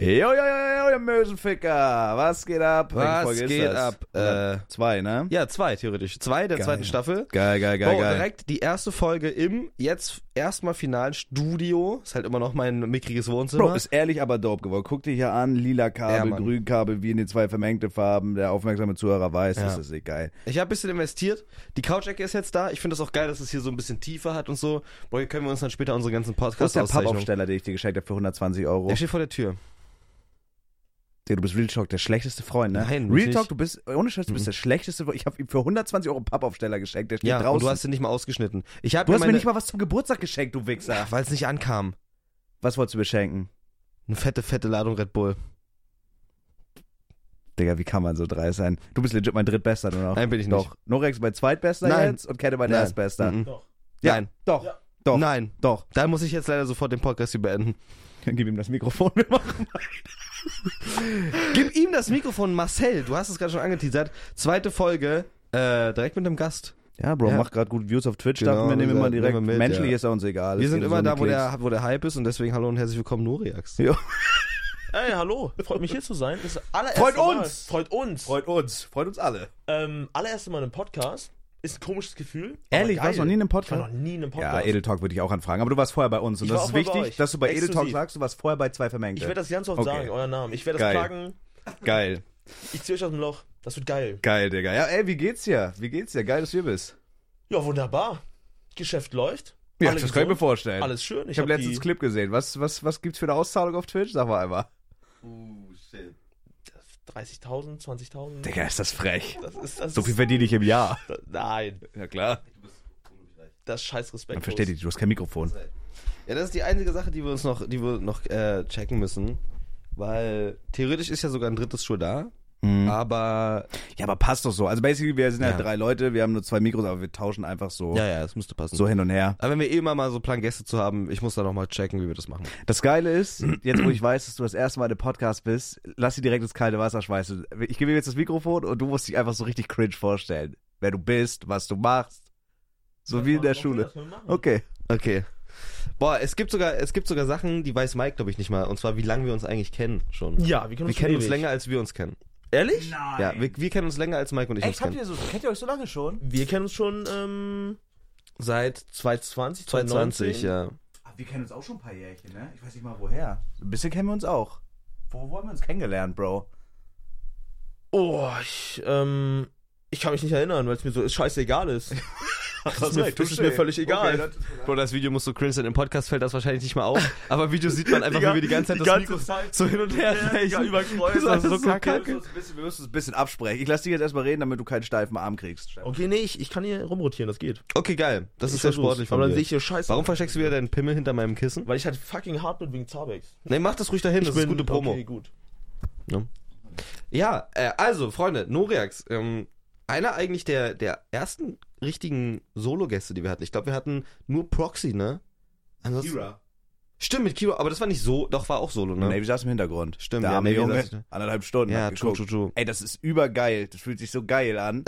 Jo, jo, jo, jo, ihr Mösenficker, was geht ab? Welche Was Folge ist geht das? ab? Ja, Äh, zwei, ne? Ja, zwei theoretisch. Zwei der Geil. zweiten Staffel. Geil, geil, geil, Bro, geil. direkt die erste Folge im jetzt erstmal finalen Studio. Ist halt immer noch mein mickriges Wohnzimmer. Bro, ist ehrlich aber dope geworden. Guck dir hier an, lila Kabel, ne? Ja, Mann. grün Kabel, wie in den zwei vermengte Farben. Der aufmerksame Zuhörer weiß, Ja. das ist eh geil. ich habe ein bisschen investiert. Die Couch-Ecke ist jetzt da. Ich finde das auch geil, dass es hier so ein bisschen tiefer hat und so. Bro, hier können wir uns dann später unsere ganzen Wo ist Podcasts der auszeichnungen. Pappaufsteller, den ich dir geschenkt habe für 120 Euro? Der steht vor der Tür. Digga, du bist Real Talk, der schlechteste Freund, ne? Nein, Real nicht. Talk, du bist, ohne Scheiß, du bist der schlechteste Freund. Ich habe ihm für 120 Euro einen Pappaufsteller geschenkt, der steht Ja, und draußen. du hast den nicht mal ausgeschnitten. Ich habe Du hast mir nicht mal was zum Geburtstag geschenkt, du Wichser. weil es Ah, nicht ankam. Was wolltest du mir schenken? Eine fette, fette Ladung Red Bull. Digga, wie kann man so dreist sein? Du bist legit mein Drittbester, nur noch. Nein, bin ich nicht. Doch. Norex mein Zweitbester Nein. jetzt und Kette mein Nein. Erstbester. Mhm. Doch. Ja, Nein. Doch, Ja. doch, Nein. doch. Dann muss ich jetzt leider sofort den Podcast hier beenden. Dann gib ihm das Mikrofon. Wir machen Gib ihm das Mikrofon, Marcel. Du hast es gerade schon angeteasert. Zweite Folge, äh, direkt mit einem Gast. Ja, Bro, Ja. macht gerade gut Views auf Twitch. Genau, dachten wir nehmen wir immer sind- direkt. nehmen wir mit, Menschlich ja. ist er uns egal. Wir Es sind geht uns immer um da, die wo Klicks. der, wo der Hype ist und deswegen hallo und herzlich willkommen, Noriax. Ja. Hey, hallo. Freut mich hier zu sein. Das allererste Freut Mal. uns. Freut uns. Freut uns. Freut uns alle. Ähm, allererste Mal im Podcast. Ist ein komisches Gefühl. aber Ehrlich, geil. warst du noch nie in einem Ich war noch Podcast? nie in einem Ja, Podcast. Edel Talk würde ich auch anfragen. Aber du warst vorher bei uns. Und Ich war das ist auch mal bei wichtig, euch. dass du bei Edel Talk Exklusiv. sagst, du warst vorher bei zwei Vermengte. ich werde das ganz oft Okay. sagen, euren Namen. Ich werde das Geil. plagen. geil. Ich ziehe euch aus dem Loch. Das wird geil. Geil, Digga. Ja, ey, wie geht's dir? Wie geht's dir? Geil, dass du hier bist. Ja, wunderbar. Geschäft läuft. Ja, Alle das kann ich mir gesund. vorstellen. Alles schön. ich habe hab letztens die- Clip gesehen. Was, was, was gibt's für eine Auszahlung auf Twitch? Sag mal einmal. 30.000, 20.000. Digga, ist das frech. Das ist, das So viel ist, verdiene ich im Jahr. Nein, Ja, klar. das ist scheiß Respekt. Man versteht dich, du hast kein Mikrofon. Ja, das ist die einzige Sache, die wir uns noch, die wir noch äh, checken müssen. Weil theoretisch ist ja sogar ein drittes schon da, Mhm. aber Ja, aber passt doch so. Also basically, wir sind halt Ja. drei Leute, wir haben nur zwei Mikros, aber wir tauschen einfach so, ja, ja, das müsste passen. so hin und her. Aber wenn wir eh immer mal so planen, Gäste zu haben, ich muss da nochmal checken, wie wir das machen. Das Geile ist, jetzt wo ich weiß, dass du das erste Mal in einem Podcast bist, lass sie direkt ins kalte Wasser schmeißen. Ich gebe dir jetzt das Mikrofon und du musst dich einfach so richtig cringe vorstellen. Wer du bist, was du machst. So wie in der Schule. Okay. Okay. Okay. Boah, es gibt sogar, es gibt sogar Sachen, die weiß Mike, glaube ich, nicht mal. Und zwar, wie lange wir uns eigentlich kennen schon. Ja, wir kennen Wir uns, kennen uns ewig. länger, als wir uns kennen. Ehrlich? Ja, wir, wir kennen uns länger, als Mike und ich uns Echt, habt kennen. ihr so, kennt ihr euch so lange schon? Wir kennen uns schon ähm, Seit 2020, 2020, ja. Ah, Wir kennen uns auch schon ein paar Jährchen, ne? Ich weiß nicht mal woher. Ein bisschen kennen wir uns auch. Wo, wo haben wir uns kennengelernt, Bro? Oh, ich, ähm, ich kann mich nicht erinnern, weil es mir so ist, scheißegal ist. Das ist mir, das ist mir völlig egal. Bro, das Video muss so cringe sein. Im Podcast fällt das wahrscheinlich nicht mal auf. Aber im Video sieht man einfach, Digga, wie wir die ganze Zeit die das ganze Mikro Zeit. so hin und her Ja, reichen. Digga, überkreuzt. Das ist Das so ist so Wir kacke. müssen uns ein bisschen- wir müssen uns ein bisschen absprechen. Ich lasse dich jetzt erstmal reden, damit du keinen steifen Arm kriegst. Oh, okay, nee, ich, ich kann hier rumrotieren, das geht. Okay, geil. Das Ich ist sehr versuch's. sportlich von Aber dann sehe dir. ich hier scheiße. Warum versteckst du wieder deinen Pimmel hinter meinem Kissen? Weil ich halt fucking hart bin wegen Zabex. Nee, mach das ruhig dahin. Das ist gute Promo. Okay, gut. Ja, äh, also, Freunde, Noreax, ähm, einer eigentlich der, der ersten richtigen Solo-Gäste, die wir hatten. Ich glaube, wir hatten nur Proxy, ne? Ansonsten, Stimmt, mit Kira, aber das war nicht so, doch war auch Solo, ne? Navy saß im Hintergrund. Stimmt, der ja, arme Navy Junge. saß- Anderthalb Stunden. ja, hat true, geguckt. true, true. Ey, das ist übergeil. Das fühlt sich so geil an.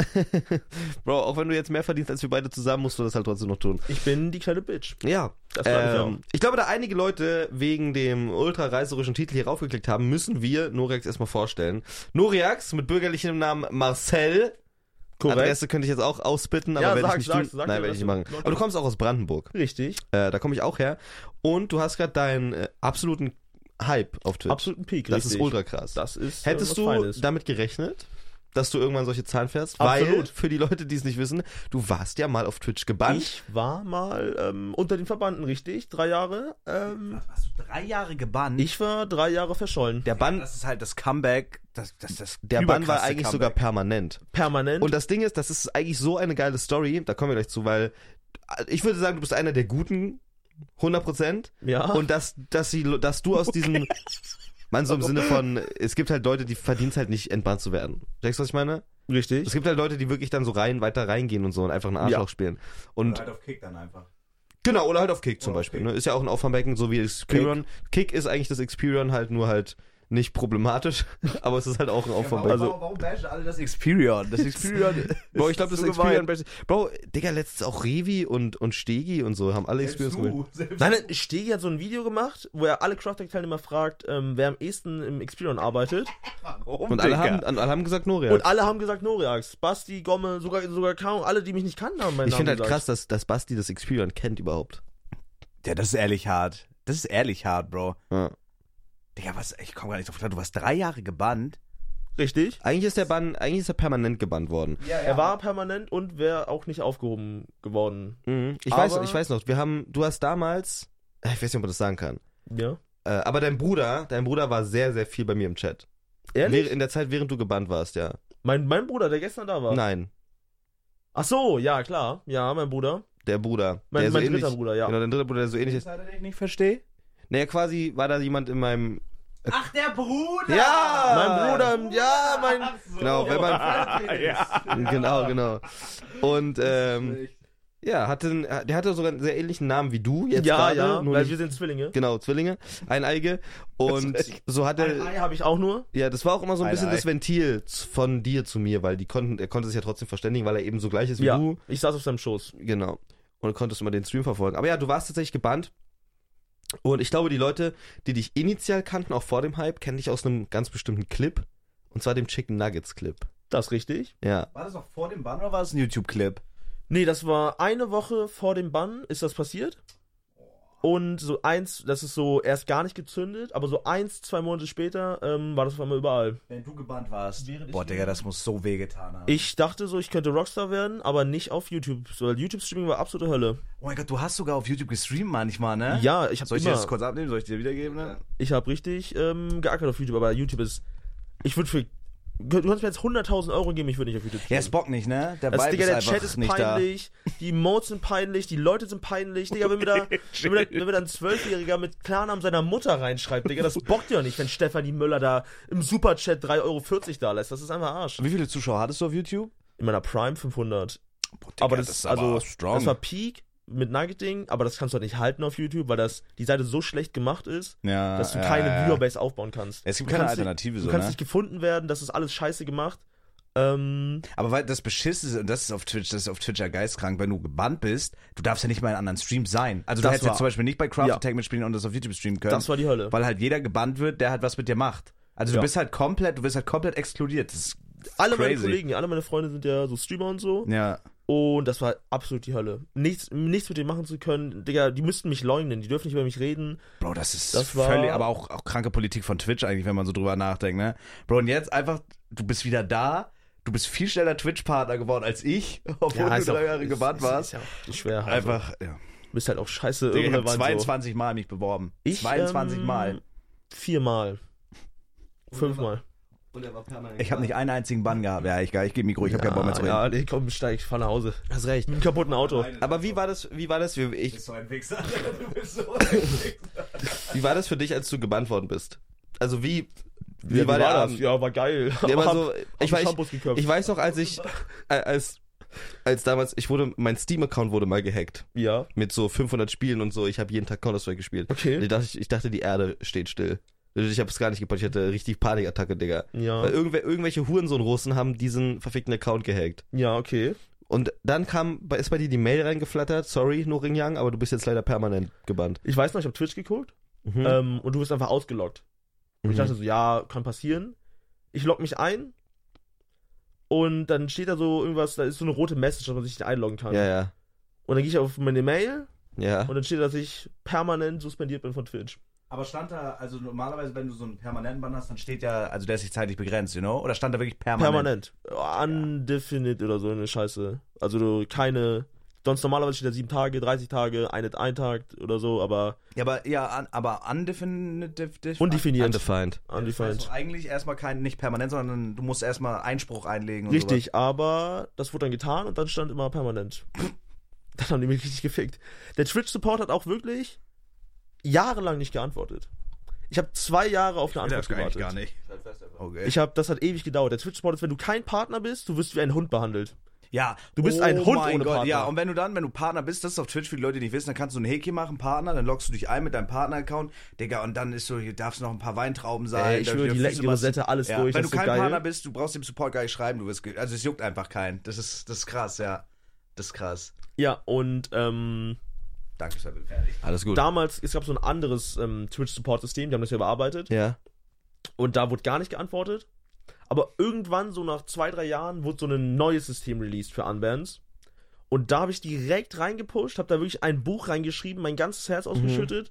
Bro, auch wenn du jetzt mehr verdienst als wir beide zusammen, musst du das halt trotzdem noch tun. Ich bin die kleine Bitch. Ja. Das war ich Ähm, ich glaube, da einige Leute wegen dem ultra reißerischen Titel hier raufgeklickt haben, müssen wir Noreax erstmal vorstellen. Noreax mit bürgerlichem Namen Marcel. Adresse könnte ich jetzt auch ausbitten, aber Ja, werde ich sag, nicht sag, tun. Nein, sag dir, werde dass ich nicht du- machen. Aber du kommst auch aus Brandenburg. Richtig. Äh, da komme ich auch her. Und du hast gerade deinen äh, absoluten Hype auf Twitch. Absoluten Peak, das richtig. ist ultra krass. Das ist äh, was Hättest du Feines. damit gerechnet, dass du irgendwann solche Zahlen fährst? Weil, Absolut. für die Leute, die es nicht wissen, du warst ja mal auf Twitch gebannt. Ich war mal ähm, unter den Verbanden, richtig? Drei Jahre. Ähm, Hast du drei Jahre gebannt? ich war drei Jahre verschollen. Der Bann, das ist halt das Comeback. Das, das, das der Bann war überkrasse eigentlich Comeback. sogar permanent. Permanent. Und das Ding ist, das ist eigentlich so eine geile Story, da kommen wir gleich zu, weil äh, ich würde sagen, du bist einer der Guten, 100 Prozent. ja. Und dass, dass, sie, dass du aus diesen. Man, so im Sinne von, es gibt halt Leute, die verdienen es halt nicht, entbannt zu werden. Checkst du, was ich meine? richtig. Es gibt halt Leute, die wirklich dann so rein, weiter reingehen und so und einfach einen Arschloch Ja. spielen. Und Halt auf Kick dann einfach. genau, oder halt auf Kick zum Oder auf Beispiel. Kick. Ne? Ist ja auch ein Auffangbecken, so wie Experion. Kick. ist eigentlich das Experion halt nur halt nicht problematisch, aber es ist halt auch ein Aufwand. warum, also, warum, warum bashen alle das Xperion? Das Xperion. Bro, ich glaube, das so ist Experian gemein. Best. Bro, Digga, letztens auch Revi und, und Stegi und so haben alle Experience gewonnen. Selbst- Nein, nein, Stegi hat so ein Video gemacht, wo er alle Craftback-Teilnehmer fragt, ähm, wer am ehesten im Experion arbeitet. Warum, Und alle Digga? haben, und alle haben gesagt Noria. Und alle haben gesagt Noreax, Basti, Gomme, sogar, sogar Kaum, alle, die mich nicht kannten, haben meinen ich Namen finde halt gesagt. krass, dass, dass Basti das Experian kennt überhaupt. Ja, das ist ehrlich hart. Das ist ehrlich hart, Bro. Ja. Digga, was? Ich komme gar nicht drauf klar. Du warst drei Jahre gebannt. Richtig. Eigentlich ist der Bann, eigentlich ist er permanent gebannt worden. Er war permanent und wäre auch nicht aufgehoben geworden. Mhm. Ich Aber- weiß, ich weiß noch, wir haben, du hast damals, ich weiß nicht, ob man das sagen kann, Ja. äh, aber dein Bruder, dein Bruder war sehr, sehr viel bei mir im Chat. Ehrlich? Während- In der Zeit, während du gebannt warst, ja. Mein, mein Bruder, der gestern da war. Nein, Ach so, ja, klar. Ja, mein Bruder. der Bruder. Mein, der mein so dritter ähnlich, Bruder, ja. Genau, dein dritter Bruder, der so ähnlich ist. Insider, den ich nicht verstehe? Naja, quasi war da jemand in meinem. Ach, der Bruder! Ja! Mein Bruder, ja, mein. Genau, wenn man- ja. genau, genau. Und, ähm. Ja, hatte, einen- der hatte sogar einen sehr ähnlichen Namen wie du jetzt ja, gerade. ja, nur weil nicht, wir sind Zwillinge. genau, Zwillinge, Eineige. Und Das ist echt- so hat Ein er, Ei habe ich auch nur. ja, das war auch immer so ein Ein bisschen Ei. das Ventil z- von dir zu mir, weil die konnten, er konnte sich ja trotzdem verständigen, weil er eben so gleich ist wie Ja, du. ich saß auf seinem Schoß. Genau. Und konntest immer den Stream verfolgen. Aber ja, du warst tatsächlich gebannt. Und ich glaube, die Leute, die dich initial kannten, auch vor dem Hype, kennen dich aus einem ganz bestimmten Clip. Und zwar dem Chicken Nuggets Clip. Das ist richtig. Ja. War das noch vor dem Bann oder war das ein YouTube-Clip? Nee, das war eine Woche vor dem Bann, ist das passiert. Und so eins, das ist so erst gar nicht gezündet, aber so eins, zwei Monate später ähm, war das auf einmal überall. Wenn du gebannt warst. Während ich- Boah, Digga, das muss so wehgetan haben. Ich dachte so, ich könnte Rockstar werden, aber nicht auf YouTube. So, weil YouTube-Streaming war absolute Hölle. oh mein Gott, du hast sogar auf YouTube gestreamt manchmal, ne? Ja, ich habe Soll ich dir das immer, kurz abnehmen? Soll ich dir wiedergeben? Ne? ich habe richtig ähm, geackert auf YouTube, aber YouTube ist, ich würde für, du kannst mir jetzt 100.000 Euro geben, ich würde nicht auf YouTube Ja, streamen. es bockt nicht, ne? Der Das, Vibe Digga, ist der einfach Chat ist nicht peinlich, die Emotes sind peinlich, die Leute sind peinlich, Digga, wenn mir da, wenn mir da, wenn mir da ein Zwölfjähriger mit Klarnamen seiner Mutter reinschreibt, Digga, das bockt ja nicht, wenn Stefanie Möller da im Superchat 3,40 Euro da lässt, das ist einfach Arsch. da. Wie viele Zuschauer hattest du auf YouTube? In meiner Prime 500. Boah, Digga, aber das, ist also, strong. das war Peak mit Nuggeting, aber das kannst du halt nicht halten auf YouTube, weil das die Seite so schlecht gemacht ist, ja, dass du ja, keine ja. Viewerbase aufbauen kannst. äh. Es gibt Du keine kannst Alternative, nicht, so, Du kannst ne? nicht gefunden werden, das ist alles scheiße gemacht. Ähm, Aber weil das Beschiss ist, und das ist auf Twitch, das ist auf Twitch ja geistkrank, wenn du gebannt bist, du darfst ja nicht mal in anderen Streams sein. Also Das du hättest war- jetzt zum Beispiel nicht bei Craft Ja. Attack mitspielen und das auf YouTube streamen können. das war die Hölle. weil halt jeder gebannt wird, der halt was mit dir macht. Also du Ja. bist halt komplett, du wirst halt komplett exkludiert. Das ist Alle meine crazy. Kollegen, alle meine Freunde sind ja so Streamer und so. ja. Und das war absolut die Hölle. Nichts, nichts mit denen machen zu können. Digga, die müssten mich leugnen, die dürfen nicht über mich reden. Bro, das ist Das war- völlig, aber auch, auch kranke Politik von Twitch eigentlich, wenn man so drüber nachdenkt, ne? Bro, und jetzt einfach, du bist wieder da, du bist viel schneller Twitch-Partner geworden als ich, obwohl du drei Jahre gebannt warst. Ist, ist ja auch schwer. Also, Einfach. einfach, ja. Bist halt auch scheiße. Digga, ich habe irgendwann so. 22 Mal mich beworben. Ich, 22 ähm, Mal. Viermal. Fünfmal. Und er war permanent. Ich habe nicht einen einzigen Bann gehabt. Ja, ich, ich gebe Mikro, ich habe keinen Bock mehr zu reden. ja, Ah, nee, komm, steig, ich fahr nach Hause. Hast recht. Mit einem kaputten Auto. Aber wie war das, wie war das, wie, ich, so ein Wichser. Du bist so ein Wichser. Wie war das für dich, als du gebannt worden bist? Also wie, wie, Ja, war der das? Abend? Ja, war geil. Der war Hab- so, hab ich, den weiß, Shampoos geköpft. ich weiß noch, als ich, äh, als, als damals, ich wurde, mein Steam-Account wurde mal gehackt. ja. Mit so 500 Spielen und so. Ich habe jeden Tag Counter-Strike gespielt. Und Okay. Ich dachte, ich dachte, die Erde steht still. Also Ich habe es gar nicht gepackt. Ich hatte richtig Panikattacke, Digga. Weil Ja. irgendwer, irgendwelche Hurensohn-Russen haben diesen verfickten Account gehackt. Ja, okay. Und dann kam, ist bei dir die Mail reingeflattert. Sorry, Noring Yang, aber du bist jetzt leider permanent gebannt. Ich weiß noch, ich habe Twitch geguckt Mhm. ähm, und du bist einfach ausgeloggt. Und ich Mhm. dachte so, ja, kann passieren. Ich log mich ein und dann steht da so irgendwas, da ist so eine rote Message, dass man sich nicht einloggen kann. ja, ja. Und dann gehe ich auf meine Mail Ja. und dann steht, da, dass ich permanent suspendiert bin von Twitch. Aber stand da, also normalerweise, wenn du so einen permanenten Bann hast, dann steht ja, also der ist nicht zeitlich begrenzt, you know? Oder stand da wirklich permanent? Permanent. Undefinite oder so eine Scheiße. Also du keine. Sonst normalerweise steht da sieben Tage, 30 Tage, ein, ein Tag oder so, aber Ja, aber, ja, un, aber undefinitiv. undefiniert. Undefined. Das heißt Undefined. doch eigentlich erstmal kein, nicht permanent, sondern du musst erstmal Einspruch einlegen. Und Richtig, aber das wurde dann getan und dann stand immer permanent. dann haben die mich richtig gefickt. Der Twitch-Support hat auch wirklich jahrelang nicht geantwortet. Ich habe zwei Jahre auf eine Sowas. Antwort gewartet. nicht. Okay. Ich habe, das hat ewig gedauert. Der Twitch-Support ist, wenn du kein Partner bist, du wirst wie ein Hund behandelt. Ja, oh Du bist ein Hund ohne Partner. Ja, und wenn du dann, wenn du Partner bist, das ist auf Twitch für die Leute, die nicht wissen, dann kannst du ein Häkchen machen, Partner, dann loggst du dich ein mit deinem Partner-Account, Digga, und dann ist so, hier darfst noch ein paar Weintrauben sein. Ey, ich darf schwöre, wieder die lecken viel immer was- Sette alles durch, Wenn das du ist so kein geil. Partner bist, du brauchst dem Support gar nicht schreiben, du wirst, ge- also es juckt einfach keinen. Das ist, das ist krass, ja. Das ist krass. Ja, und ähm, Danke, ich bin fertig. Alles gut. damals, es gab so ein anderes ähm, Twitch-Support-System, die haben das ja überarbeitet. ja. Und da wurde gar nicht geantwortet. Aber irgendwann, so nach zwei, drei Jahren, wurde so ein neues System released für Unbands. Und da habe ich direkt reingepusht, habe da wirklich ein Buch reingeschrieben, mein ganzes Herz Mhm. ausgeschüttet.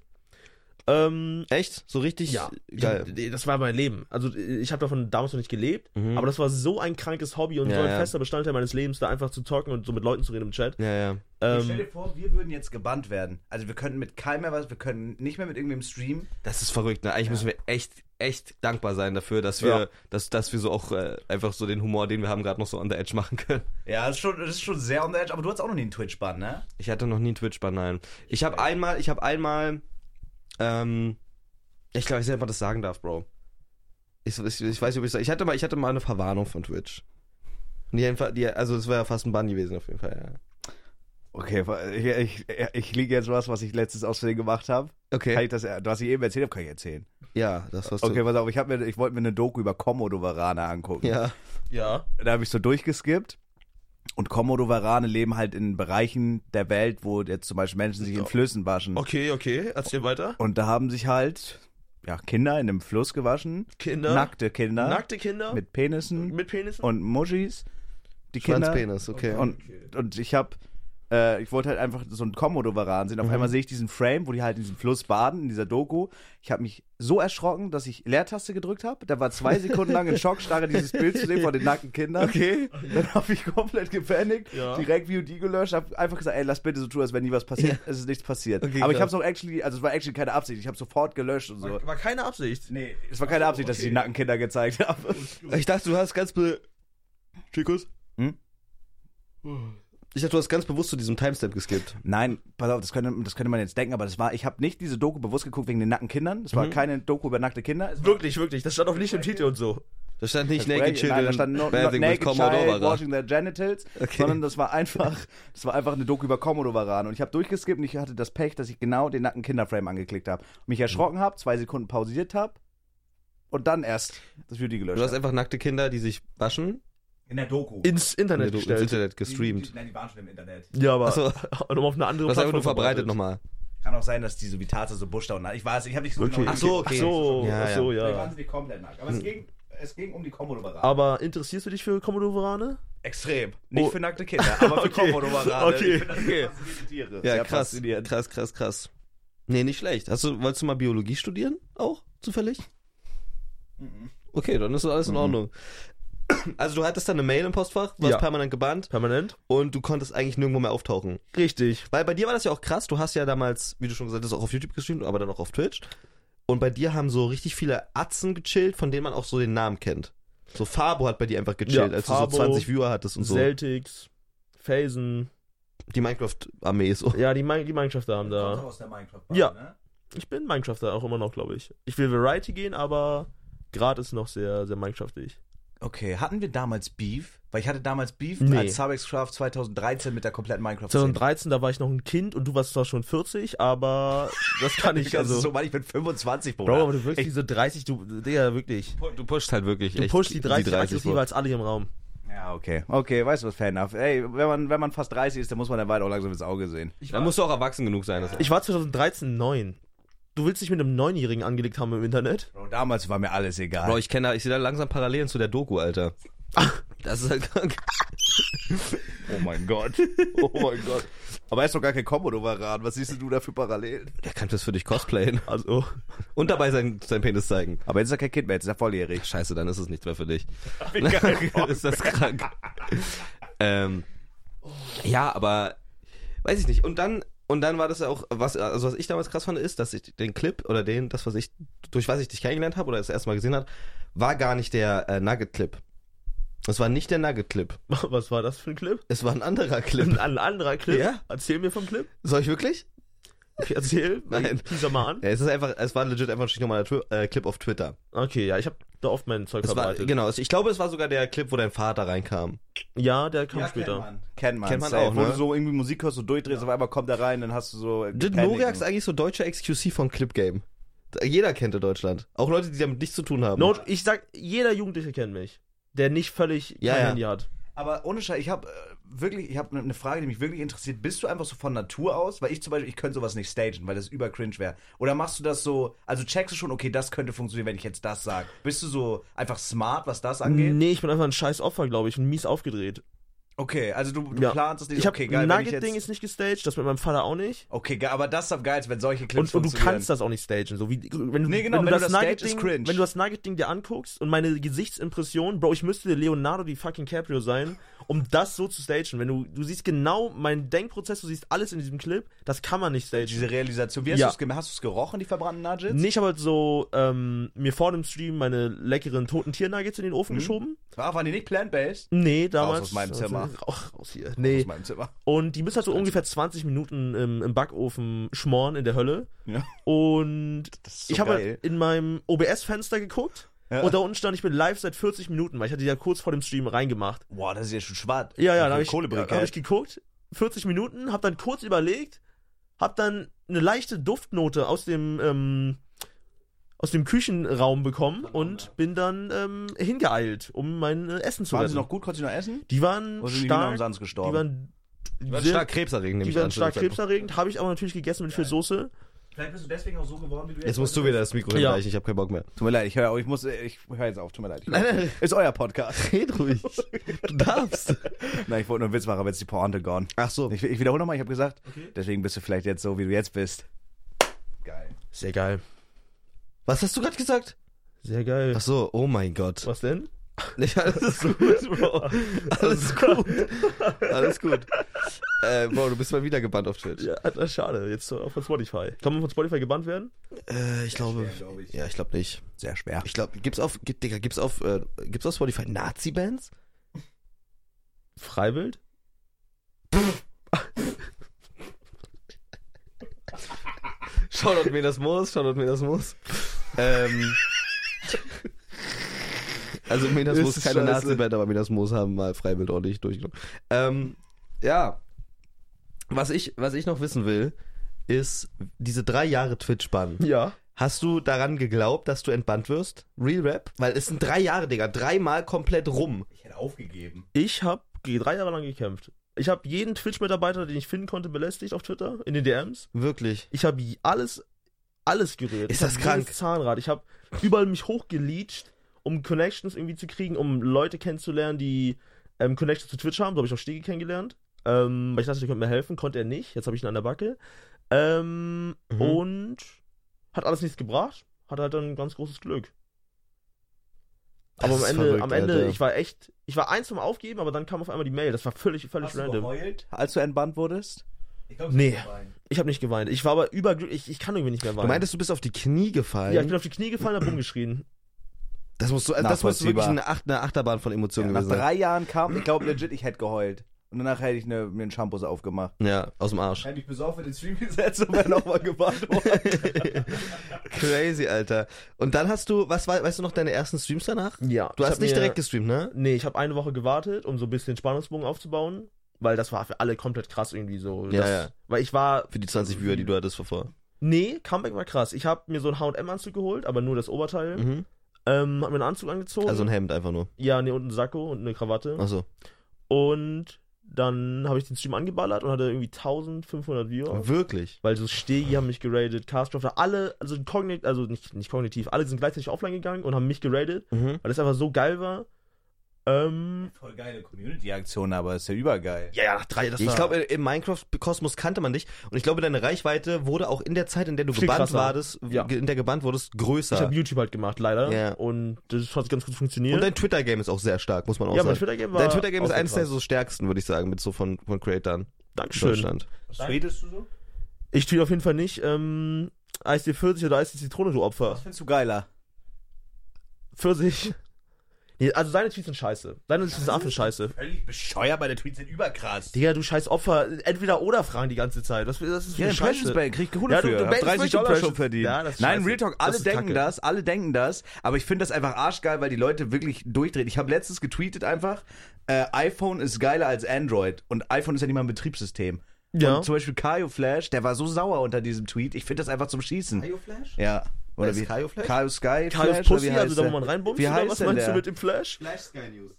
Ähm, Echt? So richtig ja, geil. Ich, das war mein Leben. Also ich habe davon damals noch nicht gelebt, Mhm. aber das war so ein krankes Hobby und Ja, so ein ja. fester Bestandteil meines Lebens, da einfach zu talken und so mit Leuten zu reden im Chat. Ja, ja. Stell Ähm, dir vor, wir würden jetzt gebannt werden. Also wir könnten mit keinem mehr was, wir können nicht mehr mit irgendwem streamen. Das ist verrückt, ne? Eigentlich müssen wir echt, echt dankbar sein dafür, dass wir, Ja. dass, dass wir so auch äh, einfach so den Humor, den wir haben, gerade noch so on the edge machen können. Ja, das ist schon, das ist schon sehr on the edge, aber du hast auch noch nie einen Twitch-Bann, ne? Ich hatte noch nie einen Twitch-Bann, nein. Ich habe einmal, ich habe einmal, ähm, ich glaube, ich selber das sagen darf, Bro. Ich, ich, ich weiß nicht, ob ich sag- ich hatte mal, ich hatte mal eine Verwarnung von Twitch. Die, einfach- die, also es war ja fast ein Bann gewesen auf jeden Fall, ja. Okay, ich, ich, ich liege jetzt was, was ich letztens aus Versehen gemacht habe. Kann Okay. ich das, was ich eben erzählt habe, kann ich erzählen. Ja, das war's. Okay, pass auf, ich, hab mir, ich wollte mir eine Doku über Komodo Varane angucken. Ja. ja. Da habe ich so durchgeskippt. Und Komodo Varane leben halt in Bereichen der Welt, wo jetzt zum Beispiel Menschen sich in Flüssen waschen. Okay, okay, erzähl weiter. Und da haben sich halt ja, Kinder in einem Fluss gewaschen. Kinder. Nackte Kinder. Nackte Kinder Mit Penissen. mit Penissen. und Muschis. Die Kinder. Schwanzpenis, okay. Und, und ich habe, äh, ich wollte halt einfach so ein Komodo-Varan sehen. Auf Mhm. einmal sehe ich diesen Frame, wo die halt in diesem Fluss baden, in dieser Doku. Ich habe mich so erschrocken, dass ich Leertaste gedrückt habe. Da war zwei Sekunden lang in Schockstarre, dieses Bild zu sehen von den nackten Kindern. Okay. Dann habe ich komplett gepanikt, Ja. direkt VOD gelöscht, habe einfach gesagt, ey, lass bitte so tun, als wenn nie was passiert. Es ist nichts passiert. Okay, Aber ich klar. habe es auch actually, also es war actually keine Absicht. Ich habe sofort gelöscht und so. War keine Absicht. Nee, es war keine Absicht, dass ich die nackten Kinder gezeigt habe. Ich dachte, du hast ganz be Chicos? Hm? Ich dachte, du hast ganz bewusst zu diesem Timestamp geskippt. Nein, pass auf, das könnte, das könnte man jetzt denken, aber das war, ich habe nicht diese Doku bewusst geguckt wegen den nackten Kindern. Es war Mhm. keine Doku über nackte Kinder. Es war Wirklich, wirklich. Das stand auch nicht im Titel und so. Da stand nicht Nein, Naked Children, da stand no, bathing with Naked Child Commodore. Washing Their Genitals, sondern das war einfach, das war einfach eine Doku über Komodowaran. Und ich habe durchgeskippt und ich hatte das Pech, dass ich genau den nackten Kinderframe angeklickt habe. Mich erschrocken habe, zwei Sekunden pausiert habe und dann erst das Video gelöscht Du hast habe. einfach nackte Kinder, die sich waschen. In der Doku. Ins Internet Nee, du- ins gestellt. Internet gestreamt. Nein, die waren schon im Internet. Ja, aber Ach so. und um auf eine andere Du hast einfach nur verbreitet verbreitet. nochmal. Kann auch sein, dass die so wie Tatsache so Buschdown hat. Ich weiß, ich habe nicht so Wirklich. genau Ach so, okay. Ach so, Ja, ach so, ja. Hm. Vielleicht waren sie nicht komplett nackt. Aber es, ging, es ging um die Komodowarane. Aber interessierst du dich für Komodowarane? Extrem. Nicht Oh. für nackte Kinder, aber für Okay. Komodowarane. Okay. Ich finde das Okay. faszinierende Tiere. Ja, Sehr krass. faszinierend. Krass, krass, krass. Nee, nicht schlecht. Hast du, wolltest du mal Biologie studieren? Auch? Zufällig? Mhm. Okay, dann ist das alles in Ordnung. Also du hattest dann eine Mail im Postfach, warst Ja. permanent gebannt Permanent? und du konntest eigentlich nirgendwo mehr auftauchen. Richtig. Weil bei dir war das ja auch krass. Du hast ja damals, wie du schon gesagt hast, auch auf YouTube gestreamt, aber dann auch auf Twitch. Und bei dir haben so richtig viele Atzen gechillt, von denen man auch so den Namen kennt. So Fabo hat bei dir einfach gechillt, Ja, als du Fabo, so 20 Viewer hattest und so. Celtics, Phasen. Die Minecraft-Armee ist so. Ja, die, Min- die Minecrafter haben Kommt da. auch aus der Minecraft. Ja. Ne? Ich bin Minecrafter auch immer noch, glaube ich. Ich will Variety gehen, aber gerade ist noch sehr, sehr Minecraftig. Okay, hatten wir damals Beef? Weil ich hatte damals Beef Nee. als Sabex Craft 2013 mit der kompletten Minecraft. 2013, da war ich noch ein Kind und du warst zwar schon 40, aber das kann ich, Das ist also. so, Mann, ich bin 25, Bro, Bruder. aber du wirkst diese 30, du, Digga, wirklich. Du pushst halt wirklich Du pushst die 30, 30 aggressiver vor. als alle hier im Raum. ja, okay. Okay, weißt du was, fair enough. Ey, wenn man, wenn man fast 30 ist, dann muss man der Wald auch langsam ins Auge sehen. Dann musst du auch erwachsen genug sein. Das Ich war 2013 9. Du willst dich mit einem Neunjährigen angelegt haben im Internet? Bro, damals war mir alles egal. Bro, ich kenne da, ich sehe da langsam Parallelen zu der Doku, Alter. Das ist halt krank. oh mein Gott. Oh mein Gott. Aber er ist doch gar kein Komodowaran. Was siehst denn du da für Parallelen? Der kann das für dich cosplayen. Also, Und dabei sein, sein Penis zeigen. Aber jetzt ist er kein Kind mehr, jetzt ist er volljährig. Scheiße, dann ist es nichts mehr für dich. ist das krank. ähm, ja, aber weiß ich nicht. Und dann und dann war das ja auch was also was ich damals krass fand ist, dass ich den Clip oder den das was ich durch was ich dich kennengelernt habe oder das erste Mal gesehen hat, war gar nicht der äh, Nugget Clip. Es war nicht der Nugget Clip. was war das für ein Clip? Es war ein anderer Clip. Ein, ein anderer Clip? Ja. Erzähl mir vom Clip. Soll ich wirklich? Okay, Erzähl. Nein. Teaser mal an. Ja, es ist einfach es war legit einfach ein normaler Twi- äh, Clip auf Twitter. Okay, ja, ich hab da oft mein Zeug Es war, verbreitet. genau, es- ich glaube, es war sogar der Clip, wo dein Vater reinkam. Ja, der kam Ja, kennt später. man. Kennt man, Kennt man safe. auch, Wo ne? du so irgendwie Musik hörst, du durchdrehst, auf einmal kommt er rein, dann hast du so. äh, Did Panic. Noriax eigentlich so deutscher XQC von Clip Game? Da- Jeder kennt in Deutschland. Auch Leute, die damit nichts zu tun haben. No, ich sag, jeder Jugendliche kennt mich, der nicht völlig Ja, kein ja. Handy hat. Aber ohne Scheiß, ich habe äh, wirklich, ich habe eine Frage, die mich wirklich interessiert. Bist du einfach so von Natur aus? Weil ich zum Beispiel, ich könnte sowas nicht stagen, weil das über cringe wäre. Oder machst du das so, also checkst du schon, okay, das könnte funktionieren, wenn ich jetzt das sage. Bist du so einfach smart, was das angeht? Nee, ich bin einfach ein scheiß Opfer, glaube ich, und mies aufgedreht. Okay, also du, du Ja. planst es nicht, ich hab, okay, geil, wenn ich Nugget-Ding jetzt... ist nicht gestaged, das mit meinem Vater auch nicht. Okay, geil, aber das ist am geilsten, wenn solche Clips Und, und du funktionieren. kannst das auch nicht stagen. So wie, wenn du, Nee, genau, wenn wenn du du das, das Nugget staged, ist Ding, cringe. Wenn du das Nugget-Ding dir anguckst und meine Gesichtsimpression, Bro, ich müsste Leonardo die fucking Caprio sein, um das so zu stagen. Wenn du, du siehst genau meinen Denkprozess, du siehst alles in diesem Clip, das kann man nicht stagen. Diese Realisation, wie hast Ja. du's du es hast du's gerochen, die verbrannten Nudgets? Nee, ich habe halt so ähm, mir vor dem Stream meine leckeren toten Tiernuggets in den Ofen geschoben. Ah, waren die nicht plant-based? Nee, damals. aus meinem Zimmer. Auch raus hier. Aus Nee. meinem Zimmer. Und die müssen halt so ungefähr 20 Minuten im, im Backofen schmoren in der Hölle. Ja. Und Das ist so ich habe geil. halt in meinem OBS-Fenster geguckt Ja. und da unten stand, ich bin live seit 40 Minuten, weil ich hatte die ja kurz vor dem Stream reingemacht. Boah, das ist ja schon schwarz. Ja, ja, Wie da viel habe ich, Kohlebrikett. da hab ich geguckt, 40 Minuten, habe dann kurz überlegt, habe dann eine leichte Duftnote aus dem ähm, aus dem Küchenraum bekommen und bin dann ähm, hingeeilt, um mein äh, Essen zu Waren retten. sie noch gut? Konntest du noch essen? die waren Oder sind die Hühner Hm, stark, im Sand die gestorben? waren, Die waren sehr- stark krebserregend, nehme die ich waren an, zu stark dem Zeitpunkt. krebserregend, habe ich aber natürlich gegessen mit viel Soße. Vielleicht bist du deswegen auch so geworden, wie du Jetzt musst du wieder das Mikro Ja. hinreichen, ich habe keinen Bock mehr. Tut mir leid, ich höre ich muss, ich höre jetzt auf, tut mir leid. Ich hör Nein, nein. auf. Ist euer Podcast. Red ruhig. Du darfst. Nein, ich wollte nur einen Witz machen, aber jetzt ist die Pointe gone. Ach so. Ich, ich wiederhole nochmal, ich habe gesagt, Okay. deswegen bist du vielleicht jetzt so, wie du jetzt bist. Geil. Sehr geil. Was hast du gerade gesagt? Sehr geil. Ach so, oh mein Gott. Was denn? Nicht alles gut, Bro. Alles gut. Alles gut. Äh, Bro, du bist mal wieder gebannt auf Twitch. Ja, das ist schade. Jetzt auch von Spotify. Kann man von Spotify gebannt werden? Äh, ich glaube. schwer, glaub ich. Ja, ich glaube nicht. Sehr schwer. Ich glaube, gibt's auf, gibt, Digga, gibt's auf, äh, gibt's auf Spotify Nazi-Bands? Freiwild? Shoutout mir das Moos, Shoutout mir das Moos. ähm. Also Minas Ist Moos keine scheiße. Nazi-Band, aber Minas Moos haben mal Freiwild ordentlich durchgenommen. Ähm, ja. Was ich, was ich noch wissen will, ist diese drei Jahre Twitch-Bann. Ja. Hast du daran geglaubt, dass du entbannt wirst? Real Rap? Weil es sind drei Jahre, Digga. Dreimal komplett rum. Ich hätte aufgegeben. Ich habe drei Jahre lang gekämpft. Ich habe jeden Twitch-Mitarbeiter, den ich finden konnte, belästigt auf Twitter, in den DMs. Wirklich. Ich habe alles, alles gerührt. Ist ich hab das krank? jedes Zahnrad. Ich habe überall mich hochgeleacht, um Connections irgendwie zu kriegen, um Leute kennenzulernen, die ähm, Connections zu Twitch haben. So habe ich auch Stegi kennengelernt. Ähm, weil ich dachte, der könnte mir helfen. Konnte er nicht. Jetzt habe ich ihn an der Backe. Ähm, Mhm. Und hat alles nichts gebracht. Hat halt dann ganz großes Glück. Das aber am ist Ende, verrückt, am Ende, Alter. ich war echt, ich war eins vom Aufgeben, aber dann kam auf einmal die Mail. Das war völlig, völlig Hast du random. geheult? Als du entbannt wurdest? Ich glaub, Nee. ich hab geweint. ich habe nicht geweint. Ich war aber überglücklich. Ich, ich kann irgendwie nicht mehr weinen. Du meintest, du bist auf die Knie gefallen. ja, ich bin auf die Knie gefallen, hab rumgeschrien. das muss, so, also das muss wirklich Nachvollziehbar. eine, Ach eine Achterbahn von Emotionen nach gewesen sein. drei Jahren kam, ich glaube legit, ich hätte geheult. Und danach hätte ich ne- mir einen Shampoos aufgemacht. Ja, aus dem Arsch. Ich hätte mich besoffen in den Stream gesetzt. Setz und wäre nochmal gebannt worden. Crazy, Alter. Und dann hast du, was war, weißt du noch deine ersten Streams danach? Ja. Du ich hast hab nicht mir- direkt gestreamt, ne? Nee, ich habe eine Woche gewartet, um so ein bisschen Spannungsbogen aufzubauen, weil das war für alle komplett krass irgendwie so. Ja, das, ja. Weil ich war. Für die 20 Viewer, die du hattest vorher. Nee, Comeback war krass. Ich habe mir so einen HM-Anzug geholt, aber nur das Oberteil. Mhm. Ähm, hab mir einen Anzug angezogen. Also ein Hemd einfach nur. ja, nee, und einen Sakko und eine Krawatte. Achso. Und dann habe ich den Stream angeballert und hatte irgendwie 1500 Viewer. Wirklich? Weil so Stegi haben mich geradet, Carstroff, alle, also kognitiv, also nicht, nicht kognitiv, alle sind gleichzeitig offline gegangen und haben mich geradet, Mhm. weil das einfach so geil war. Ähm, Voll geile Community. Die Aktion aber ist ja übergeil. ja, ja, nach drei, das Ich war- glaube, im Minecraft-Kosmos kannte man dich. Und ich glaube, deine Reichweite wurde auch in der Zeit, in der du Viel gebannt krasser. wurdest, Ja. in der gebannt wurdest, Ich größer. habe YouTube halt gemacht, leider. Ja. Und das hat ganz gut funktioniert. Und dein Twitter-Game ist auch sehr stark, muss man auch ja, mein sagen. Twitter-Game war. Dein Twitter-Game ist auch eines sehr der krass. so stärksten, würde ich sagen, mit so von, von Creatern in Dankeschön. Deutschland. Was redest du so? Ich tweet auf jeden Fall nicht, ähm, Eis dir 40 oder Eis die Zitrone, du Opfer. Findest du geiler? 40. Nee, also seine Tweets sind scheiße. Seine Tweets sind Affenscheiße. Völlig bescheuert, meine Tweets sind überkrass. Digga, du scheiß Opfer. Entweder oder fragen die ganze Zeit. Was, das ist für Ja, eine Impressions Scheiße. bei krieg ich Kohle Ja, du- für. du Hab bangst 30 durch Dollar schon Impressions. verdient. Ja, das ist Nein, scheiße. Real Talk, alle Das ist denken Kacke. das, alle denken das, aber ich finde das einfach arschgeil, weil die Leute wirklich durchdrehen. Ich habe letztens getweetet einfach, äh, iPhone ist geiler als Android und iPhone ist ja nicht mal ein Betriebssystem. Ja. Und zum Beispiel Kaio Flash, der war so sauer unter diesem Tweet, ich finde das einfach zum Schießen. Kaio Flash? Ja. Oder ist wie? Kaio Flash? Kaio Sky Kaius Flash, oder Pussy, wie heißt also da der? wo man reinbumst, Wie oder heißt was denn meinst der? du mit dem Flash? Flash Sky News.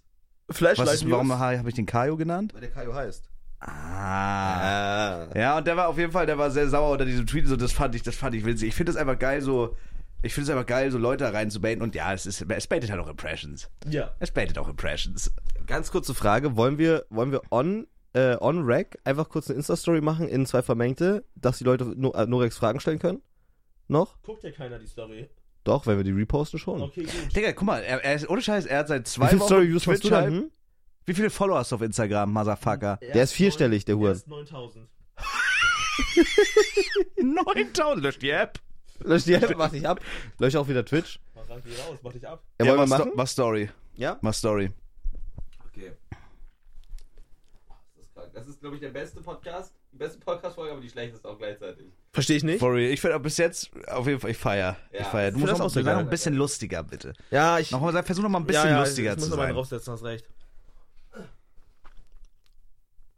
Was Flashlight ist, warum ha- habe ich den Kaio genannt? Weil der Kaio heißt. Ah. Ah. Ja, und der war auf jeden Fall, der war sehr sauer unter diesem Tweet. So, das fand ich, das fand ich witzig. Ich finde es einfach geil, so, ich finde es einfach geil, so Leute reinzubaiten. Und ja, es ist, es baitet halt auch Impressions. Ja. Es baitet auch Impressions. Ganz kurze Frage, wollen wir, wollen wir on, äh, on Rack einfach kurz eine Insta-Story machen in zwei Vermengte, dass die Leute no äh, Norex Fragen stellen können? Noch? Guckt ja keiner die Story. Doch, wenn wir die reposten schon. Okay, gut. Digga, guck mal, er, er ist, ohne Scheiß, er hat seit Wie zwei viele Wochen Story-Views hast du da? halt. Twitch-Hype. Hm? Wie viele Follower hast du auf Instagram, Motherfucker? Der ist vierstellig, der Huren. 9000. 9000, löscht die App. Lösch die App, mach dich ab. Lösch auch wieder Twitch. Mach die raus, mach dich ab. Ja, Ja, wollen mach, wir Sto machen? mach Story, Ja? mach Story. Okay. Das ist, glaube ich, der beste Podcast. Die beste Podcast-Folge, aber die schlechteste auch gleichzeitig. Verstehe ich nicht. For real. Ich finde bis jetzt, auf jeden Fall, ich feier. Ja. Ich feier. Du Ich find musst das noch, auch sehr sei noch geil. ein bisschen lustiger, bitte. Ja, ich. Nochmal, sei- versuch noch mal ein bisschen ja, ja, lustiger ich muss zu noch mal sein. draufsetzen, hast recht.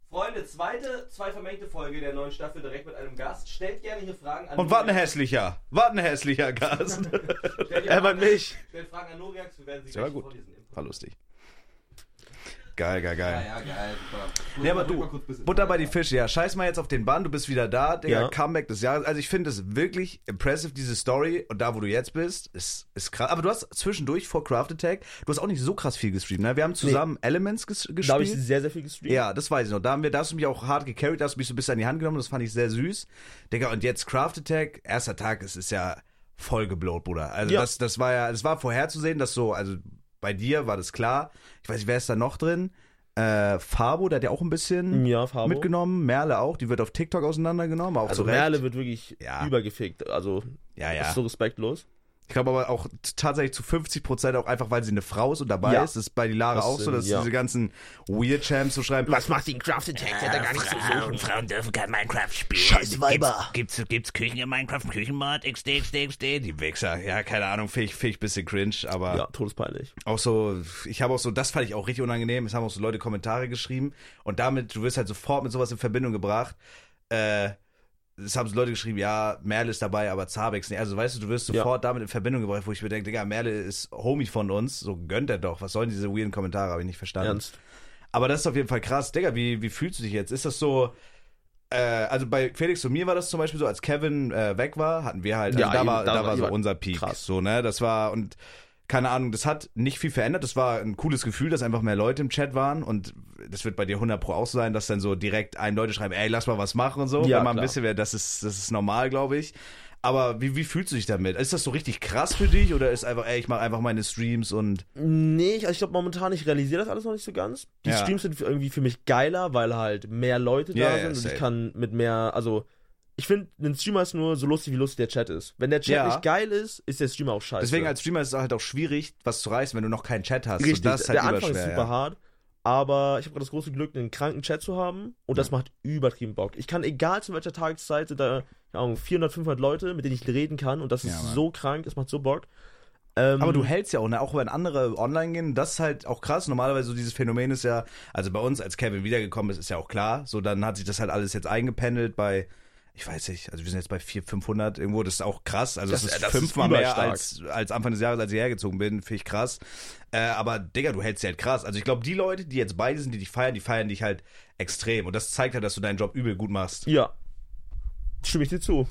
Freunde, zweite, zwei vermengte Folge der neuen Staffel direkt mit einem Gast. Stellt gerne hier Fragen an. Und war ein hässlicher, war ein hässlicher Gast. Stellt, Er war Fragen, nicht. stellt Fragen an Noriax, wir werden sie Ja, gleich gut. vorlesen. War lustig. Geil, geil, geil. Ja, ja, geil, super. Nee, aber du, Butter bei die Fische, ja. Scheiß mal jetzt auf den Bann, du bist wieder da, Digga. Ja. Comeback des Jahres. Also ich finde es wirklich impressive, diese Story. Und da, wo du jetzt bist, ist, ist krass. Aber du hast zwischendurch vor Craft Attack, du hast auch nicht so krass viel gestreamt, ne? Wir haben zusammen Elements ges gespielt. Da habe ich sehr, sehr viel gestreamt. ja, das weiß ich noch. Da, haben wir, da hast du mich auch hart gecarried, da hast du mich so ein bisschen an die Hand genommen, das fand ich sehr süß. Digga, und jetzt Craft Attack, erster Tag, es ist ja voll geblowt, Bruder. Also Ja. das, das war ja, es war vorherzusehen, dass so, also bei dir war das klar. Ich weiß nicht, wer ist da noch drin? Äh, Fabo, der hat ja auch ein bisschen Ja, Fabo. mitgenommen. Merle auch, die wird auf TikTok auseinandergenommen, auch Also zu Recht. Merle wird wirklich Ja. übergefickt. Also, ja, das ja. ist so respektlos. Ich glaube aber auch t- tatsächlich zu 50 Prozent auch einfach, weil sie eine Frau ist und dabei Ja. ist. Das ist bei Lara Das auch so, sind- dass ja. diese ganzen Weird Champs so schreiben. Was macht den Craft Attack? Der hat gar nichts zu suchen. Frauen dürfen kein Minecraft spielen. Scheiß Weiber. Gibt's, gibt's, gibt's Küchen in Minecraft? Küchenmod? XD, XD, XD. Die Wichser, ja, keine Ahnung, finde ich, find ich ein bisschen cringe, aber Ja, todespeinlich. auch so, ich habe auch so, das fand ich auch richtig unangenehm, es haben auch so Leute Kommentare geschrieben und damit, du wirst halt sofort mit sowas in Verbindung gebracht. Äh, es haben so Leute geschrieben, ja, Merle ist dabei, aber Zabex nicht. Also weißt du, du wirst Ja. sofort damit in Verbindung gebracht, wo ich mir denke, Digga, Merle ist Homie von uns, so gönnt er doch. Was sollen diese weirden Kommentare, habe ich nicht verstanden. Ernst. Aber das ist auf jeden Fall krass. Digga, wie, wie fühlst du dich jetzt? Ist das so. Äh, also bei Felix und mir war das zum Beispiel so, als Kevin äh, weg war, hatten wir halt. Also Ja, da, eben, war, da, da war war- so unser Peak. krass. So, ne? Das war. Und keine Ahnung, das hat nicht viel verändert. Das war ein cooles Gefühl, dass einfach mehr Leute im Chat waren. Und das wird bei dir 100 Pro auch so sein, dass dann so direkt ein Leute schreiben: ey, lass mal was machen und so. Ja, Wenn man ein klar. bisschen wäre, das ist, das ist normal, glaube ich. Aber wie, wie fühlst du dich damit? Ist das so richtig krass für dich oder ist einfach, ey, ich mache einfach meine Streams und. Nee, ich, also ich glaube momentan, ich realisiere das alles noch nicht so ganz. Die Ja. Streams sind irgendwie für mich geiler, weil halt mehr Leute da Ja, ja, sind und safe. ich kann mit mehr, also ich finde, ein Streamer ist nur so lustig, wie lustig der Chat ist. Wenn der Chat Ja. nicht geil ist, ist der Streamer auch scheiße. Deswegen als Streamer ist es halt auch schwierig, was zu reißen, wenn du noch keinen Chat hast. so, Richtig, das ist halt der Anfang ist überschwer, super ja. hart, aber ich habe das große Glück, einen kranken Chat zu haben und das macht übertrieben Bock. Ich kann, egal zu welcher Tageszeit, sind da keine Ahnung, 400, 500 Leute, mit denen ich reden kann und das Ja, ist Mann. so krank, es macht so Bock. Ähm, Aber du hältst ja auch, ne? auch wenn andere online gehen, das ist halt auch krass. Normalerweise so dieses Phänomen ist ja, also bei uns, als Kevin wiedergekommen ist, ist ja auch klar. So, dann hat sich das halt alles jetzt eingependelt bei, ich weiß nicht, also wir sind jetzt bei 400, 500 irgendwo, das ist auch krass. Also das, Das- ist das ist fünfmal mehr überstark. als, als Anfang des Jahres, als ich hergezogen bin, finde ich krass. Äh, aber Digga, du hältst sie halt krass. Also ich glaube, die Leute, die jetzt beide sind, die dich feiern, die feiern dich halt extrem. Und das zeigt halt, dass du deinen Job übel gut machst. Ja. Stimme ich dir zu.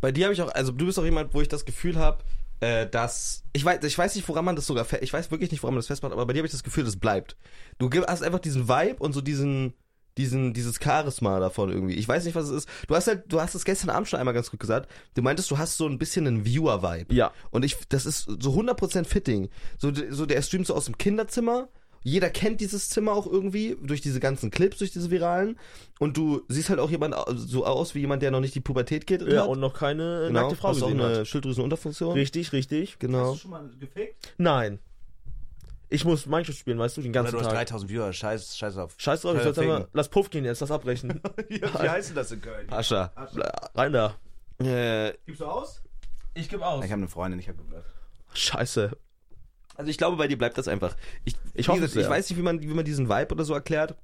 Bei dir habe ich auch, also du bist auch jemand, wo ich das Gefühl habe, äh, dass ich weiß, ich weiß nicht, woran man das sogar, fe- ich weiß wirklich nicht, woran man das festmacht, aber bei dir habe ich das Gefühl, das bleibt. Du gib- hast einfach diesen Vibe und so diesen, diesen, dieses Charisma davon irgendwie. Ich weiß nicht, was es ist. Du hast halt, du hast es gestern Abend schon einmal ganz gut gesagt. Du meintest, du hast so ein bisschen einen Viewer-Vibe. Ja. Und ich, das ist so 100% Fitting. So, d- so der streamt so aus dem Kinderzimmer. Jeder kennt dieses Zimmer auch irgendwie durch diese ganzen Clips, durch diese viralen. Und du siehst halt auch jemand au- so aus wie jemand, der noch nicht die Pubertät geht. Ja, und noch keine genau, nackte Frau hast auch gesehen eine hat. Genau. Schilddrüsenunterfunktion. Richtig, richtig. Genau. schon mal gefickt? Nein. Ich muss Minecraft spielen, weißt du, den Oder ganzen du hast Tag. 3000 Viewer, scheiß, scheiß auf. Scheiß drauf, ich Äh, soll's Fegen. einfach, lass Puff gehen jetzt, lass abbrechen. Wie, wie heißen das in Köln? Ascha. Rein da. Äh, Gibst du aus? Ich gebe aus. Ich habe eine Freundin, ich habe gebläfft. Scheiße. Also ich glaube, bei dir bleibt das einfach. Ich, ich, hoffe wie gesagt, es, ich ja. weiß nicht, wie man, wie man diesen Vibe oder so erklärt,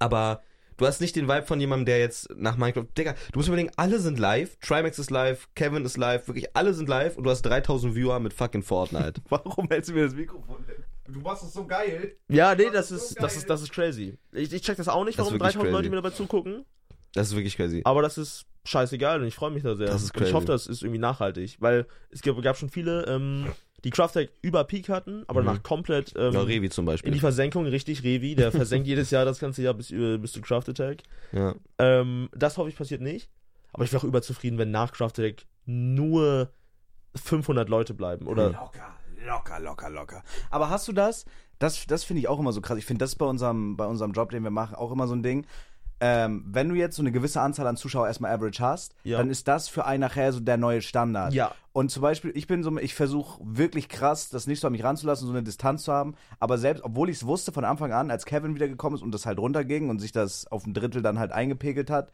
aber du hast nicht den Vibe von jemandem, der jetzt nach Minecraft. Digga, du musst überlegen, alle sind live. Trimax ist live, Kevin ist live, wirklich alle sind live und du hast 3000 Viewer mit fucking Fortnite. Warum hältst du mir das Mikrofon hin? Du machst das so geil. Ja, nee, das so ist, geil. das ist, das ist crazy. Ich, ich check das auch nicht, Das ist warum wirklich 3000 Leute crazy. mir dabei zugucken, Das ist wirklich crazy. aber das ist scheißegal und ich freue mich da sehr. Das ist und ich crazy. hoffe, das ist irgendwie nachhaltig, weil es gab, gab schon viele, ähm, die Crafttech über Peak hatten, aber Mhm. danach komplett ähm, Ja, Revi zum in Beispiel. die Versenkung, richtig, Revi, der versenkt jedes Jahr das ganze Jahr bis, äh, bis zu Craft Attack. ja. Ähm, das hoffe ich passiert nicht. Aber ich wäre auch überzufrieden, wenn nach Craft Attack nur 500 Leute bleiben. Mhm. Oder Locker, locker, locker, locker. Aber hast du das? Das, das finde ich auch immer so krass. Ich finde das bei unserem, bei unserem Job, den wir machen, auch immer so ein Ding. Ähm, wenn du jetzt so eine gewisse Anzahl an Zuschauer erstmal average hast, Ja. dann ist das für einen nachher so der neue Standard. Ja. Und zum Beispiel, ich bin so, ich versuche wirklich krass, das nicht so an mich ranzulassen, so eine Distanz zu haben. Aber selbst, obwohl ich es wusste von Anfang an, als Kevin wiedergekommen ist und das halt runterging und sich das auf ein Drittel dann halt eingepegelt hat,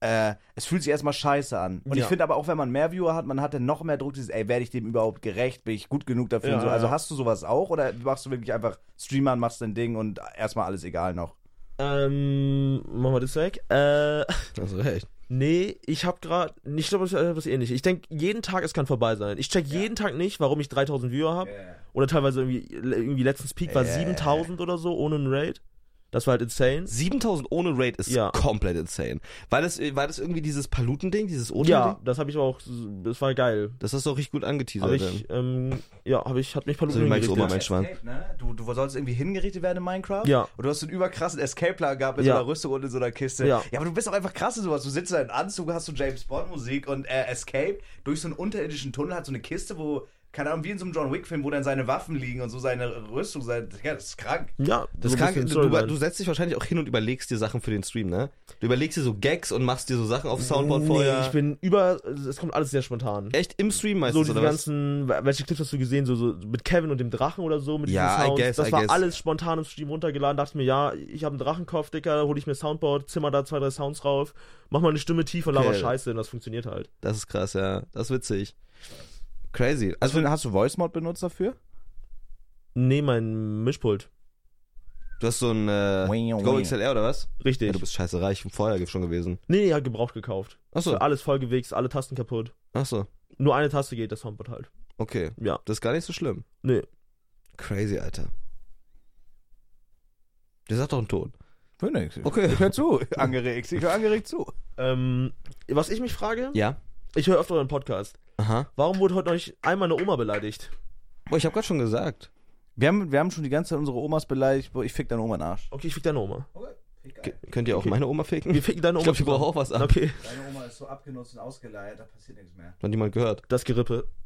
äh, es fühlt sich erstmal scheiße an. Und ich Ja. finde aber auch, wenn man mehr Viewer hat, man hat dann noch mehr Druck, dieses, ey, werde ich dem überhaupt gerecht? Bin ich gut genug dafür? Ja, und so. Also ja. hast du sowas auch oder machst du wirklich einfach Streamer und machst dein Ding und erstmal alles egal noch? ähm, machen wir das weg. Äh, Das ist recht. nee, ich habe gerade, ich glaube, das ist etwas ähnlich. Ich denke, jeden Tag, es kann vorbei sein. Ich check jeden Tag nicht, warum ich 3000 Viewer habe. Äh, Oder teilweise irgendwie, irgendwie letztens Peak war Ja. 7000 oder so, ohne einen Raid. Das war halt insane. 7000 ohne Raid ist Ja. komplett insane. War das, war das irgendwie dieses Paluten-Ding, dieses Odin-Ding? Ja, das habe ich aber auch, das war geil. Das hast du auch richtig gut angeteasert. Habe dann. ich, ähm, ja, habe ich, hat mich Also Paluten Mike's hingerichtet. Oma- Mein Schwanz. Escape, ne? du, du sollst irgendwie hingerichtet werden in Minecraft. Ja. Und du hast so einen überkrassen Escape-Plan gehabt mit Ja. so einer Rüstung und in so einer Kiste. Ja. aber du bist auch einfach krass in sowas. Du sitzt da in Anzug, hast so James Bond-Musik und äh, Escape durch so einen unterirdischen Tunnel hat so eine Kiste, wo, keine Ahnung, wie in so einem John Wick-Film, wo dann seine Waffen liegen und so seine Rüstung. Sein, ja, das ist krank. Ja, Das so ein krank, bisschen du, Storyline. du setzt dich wahrscheinlich auch hin und überlegst dir Sachen für den Stream, ne? Du überlegst dir so Gags und machst dir so Sachen auf Soundboard vorher. Nee, ich bin über. Es kommt alles sehr spontan. Echt im Stream so meistens, diese oder was? ganzen, welche Clips hast du gesehen, so, so mit Kevin und dem Drachen oder so, mit Ja, diesen I Sounds. guess, das I war guess. alles spontan im Stream runtergeladen, dachte mir, ja, ich habe einen Drachenkopf, Dicker, hole ich mir Soundboard, zimmer da zwei, drei Sounds rauf, mach mal eine Stimme tief und laber Okay. Scheiße und das funktioniert halt. Das ist krass, ja. Das ist witzig. Crazy. Also, hast du Voice-Mod benutzt dafür? Nee, mein Mischpult. du hast so ein äh, Wing, Go wing. XLR oder was? Richtig. Ja, du bist scheiße reich im Vorher schon gewesen. nee, nee, ja, gebraucht gekauft. Achso, Alles vollgewichst, alle Tasten kaputt. achso. Nur eine Taste geht, das Soundboard halt. Okay. Ja. Das ist gar nicht so schlimm. Nee. Crazy, Alter. Der sagt doch einen Ton. Phoenix. Okay. Ich höre zu. Angeregt. Ich höre angeregt zu. Ähm, was ich mich frage, Ja. ich höre öfter euren Podcast. Aha. Warum wurde heute noch nicht einmal eine Oma beleidigt? Boah, ich habe gerade schon gesagt. Wir haben, wir haben schon die ganze Zeit unsere Omas beleidigt. Boah, Ich fick deine Oma in den Arsch. Okay, ich fick deine Oma. K könnt ihr auch meine Oma ficken? Wir ficken ich deine Oma. glaube, die braucht auch was ab. Okay. Deine Oma ist so abgenutzt und ausgeleiert, da passiert nichts mehr. Hat jemand gehört? Das Gerippe.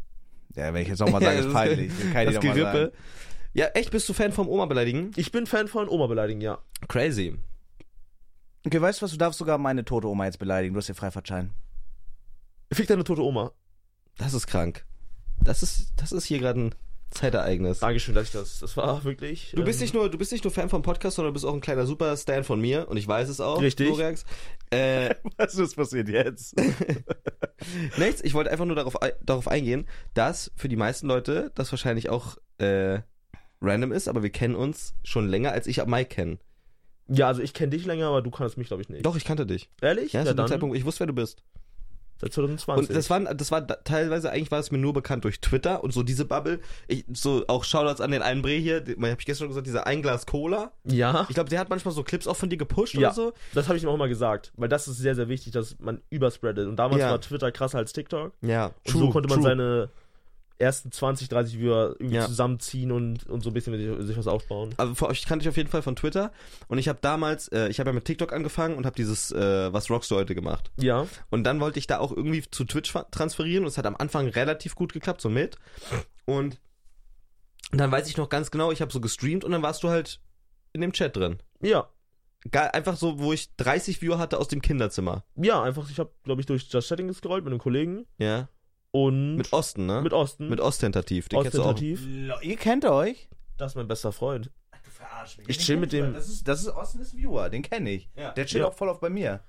Ja, wenn ich jetzt nochmal sage, Ja, Oh, ist das- peinlich. Kann ich noch Das mal sagen. Gerippe. Ja, echt, bist du Fan vom Oma beleidigen? Ich bin Fan von Oma beleidigen, ja. Crazy. Okay, weißt du was? Du darfst sogar meine tote Oma jetzt beleidigen. Du hast ihr Freifahrtschein. Fick deine tote Oma. Das ist krank. Das ist, das ist hier gerade ein Zeitereignis. Dankeschön, dass ich das. Das war wirklich. ähm, Du bist, nicht nur, du bist nicht nur Fan vom Podcast, sondern du bist auch ein kleiner Superstan von mir und ich weiß es auch. Richtig. Lorax. Äh, Was ist passiert jetzt? nichts, ich wollte einfach nur darauf, ei- darauf eingehen, dass für die meisten Leute das wahrscheinlich auch äh, random ist, aber wir kennen uns schon länger, als ich Mike kenne. Ja, also ich kenne dich länger, aber du kannst mich, glaube ich, nicht. Doch, ich kannte dich. Ehrlich? Ja, zu ja dem dann. Zeitpunkt, ich wusste, wer du bist. Seit 2020. Und das war, das war da- teilweise, eigentlich war es mir nur bekannt durch Twitter und so diese Bubble. Ich, so auch Shoutouts an den einen Bre hier, den, hab ich gestern schon gesagt, dieser ein Glas Cola. ja. Ich glaube, der hat manchmal so Clips auch von dir gepusht Ja. oder so. Das habe ich ihm auch immer gesagt. Weil das ist sehr, sehr wichtig, dass man überspreadet. Und damals Ja. war Twitter krasser als TikTok. Ja, Und so konnte man seine ersten 20, 30 Viewer irgendwie Ja. zusammenziehen und, und so ein bisschen mit sich, sich was aufbauen. aber vor- ich kannte dich auf jeden Fall von Twitter und ich habe damals, äh, ich habe ja mit TikTok angefangen und habe dieses äh, was rockst du heute gemacht Ja. und dann wollte ich da auch irgendwie zu Twitch fa- transferieren und es hat am Anfang relativ gut geklappt so mit und dann weiß ich noch ganz genau, ich habe so gestreamt und dann warst du halt in dem Chat drin. Ja. Geil, einfach so, wo ich 30 Viewer hatte aus dem Kinderzimmer. Ja, einfach, ich habe, glaube ich, durch Just Chatting gescrollt mit einem Kollegen Ja. und Mit Osten, ne? mit Ostentativ. Mit Ostentativ. Den kennst du auch. Ostentativ. Ihr kennt euch? Das ist mein bester Freund. Du verarsch mich. Ich chill mit dem, Das ist, das ist Austin ist Viewer, den kenne ich. Ja. Der chillt Ja. auch voll auf bei mir.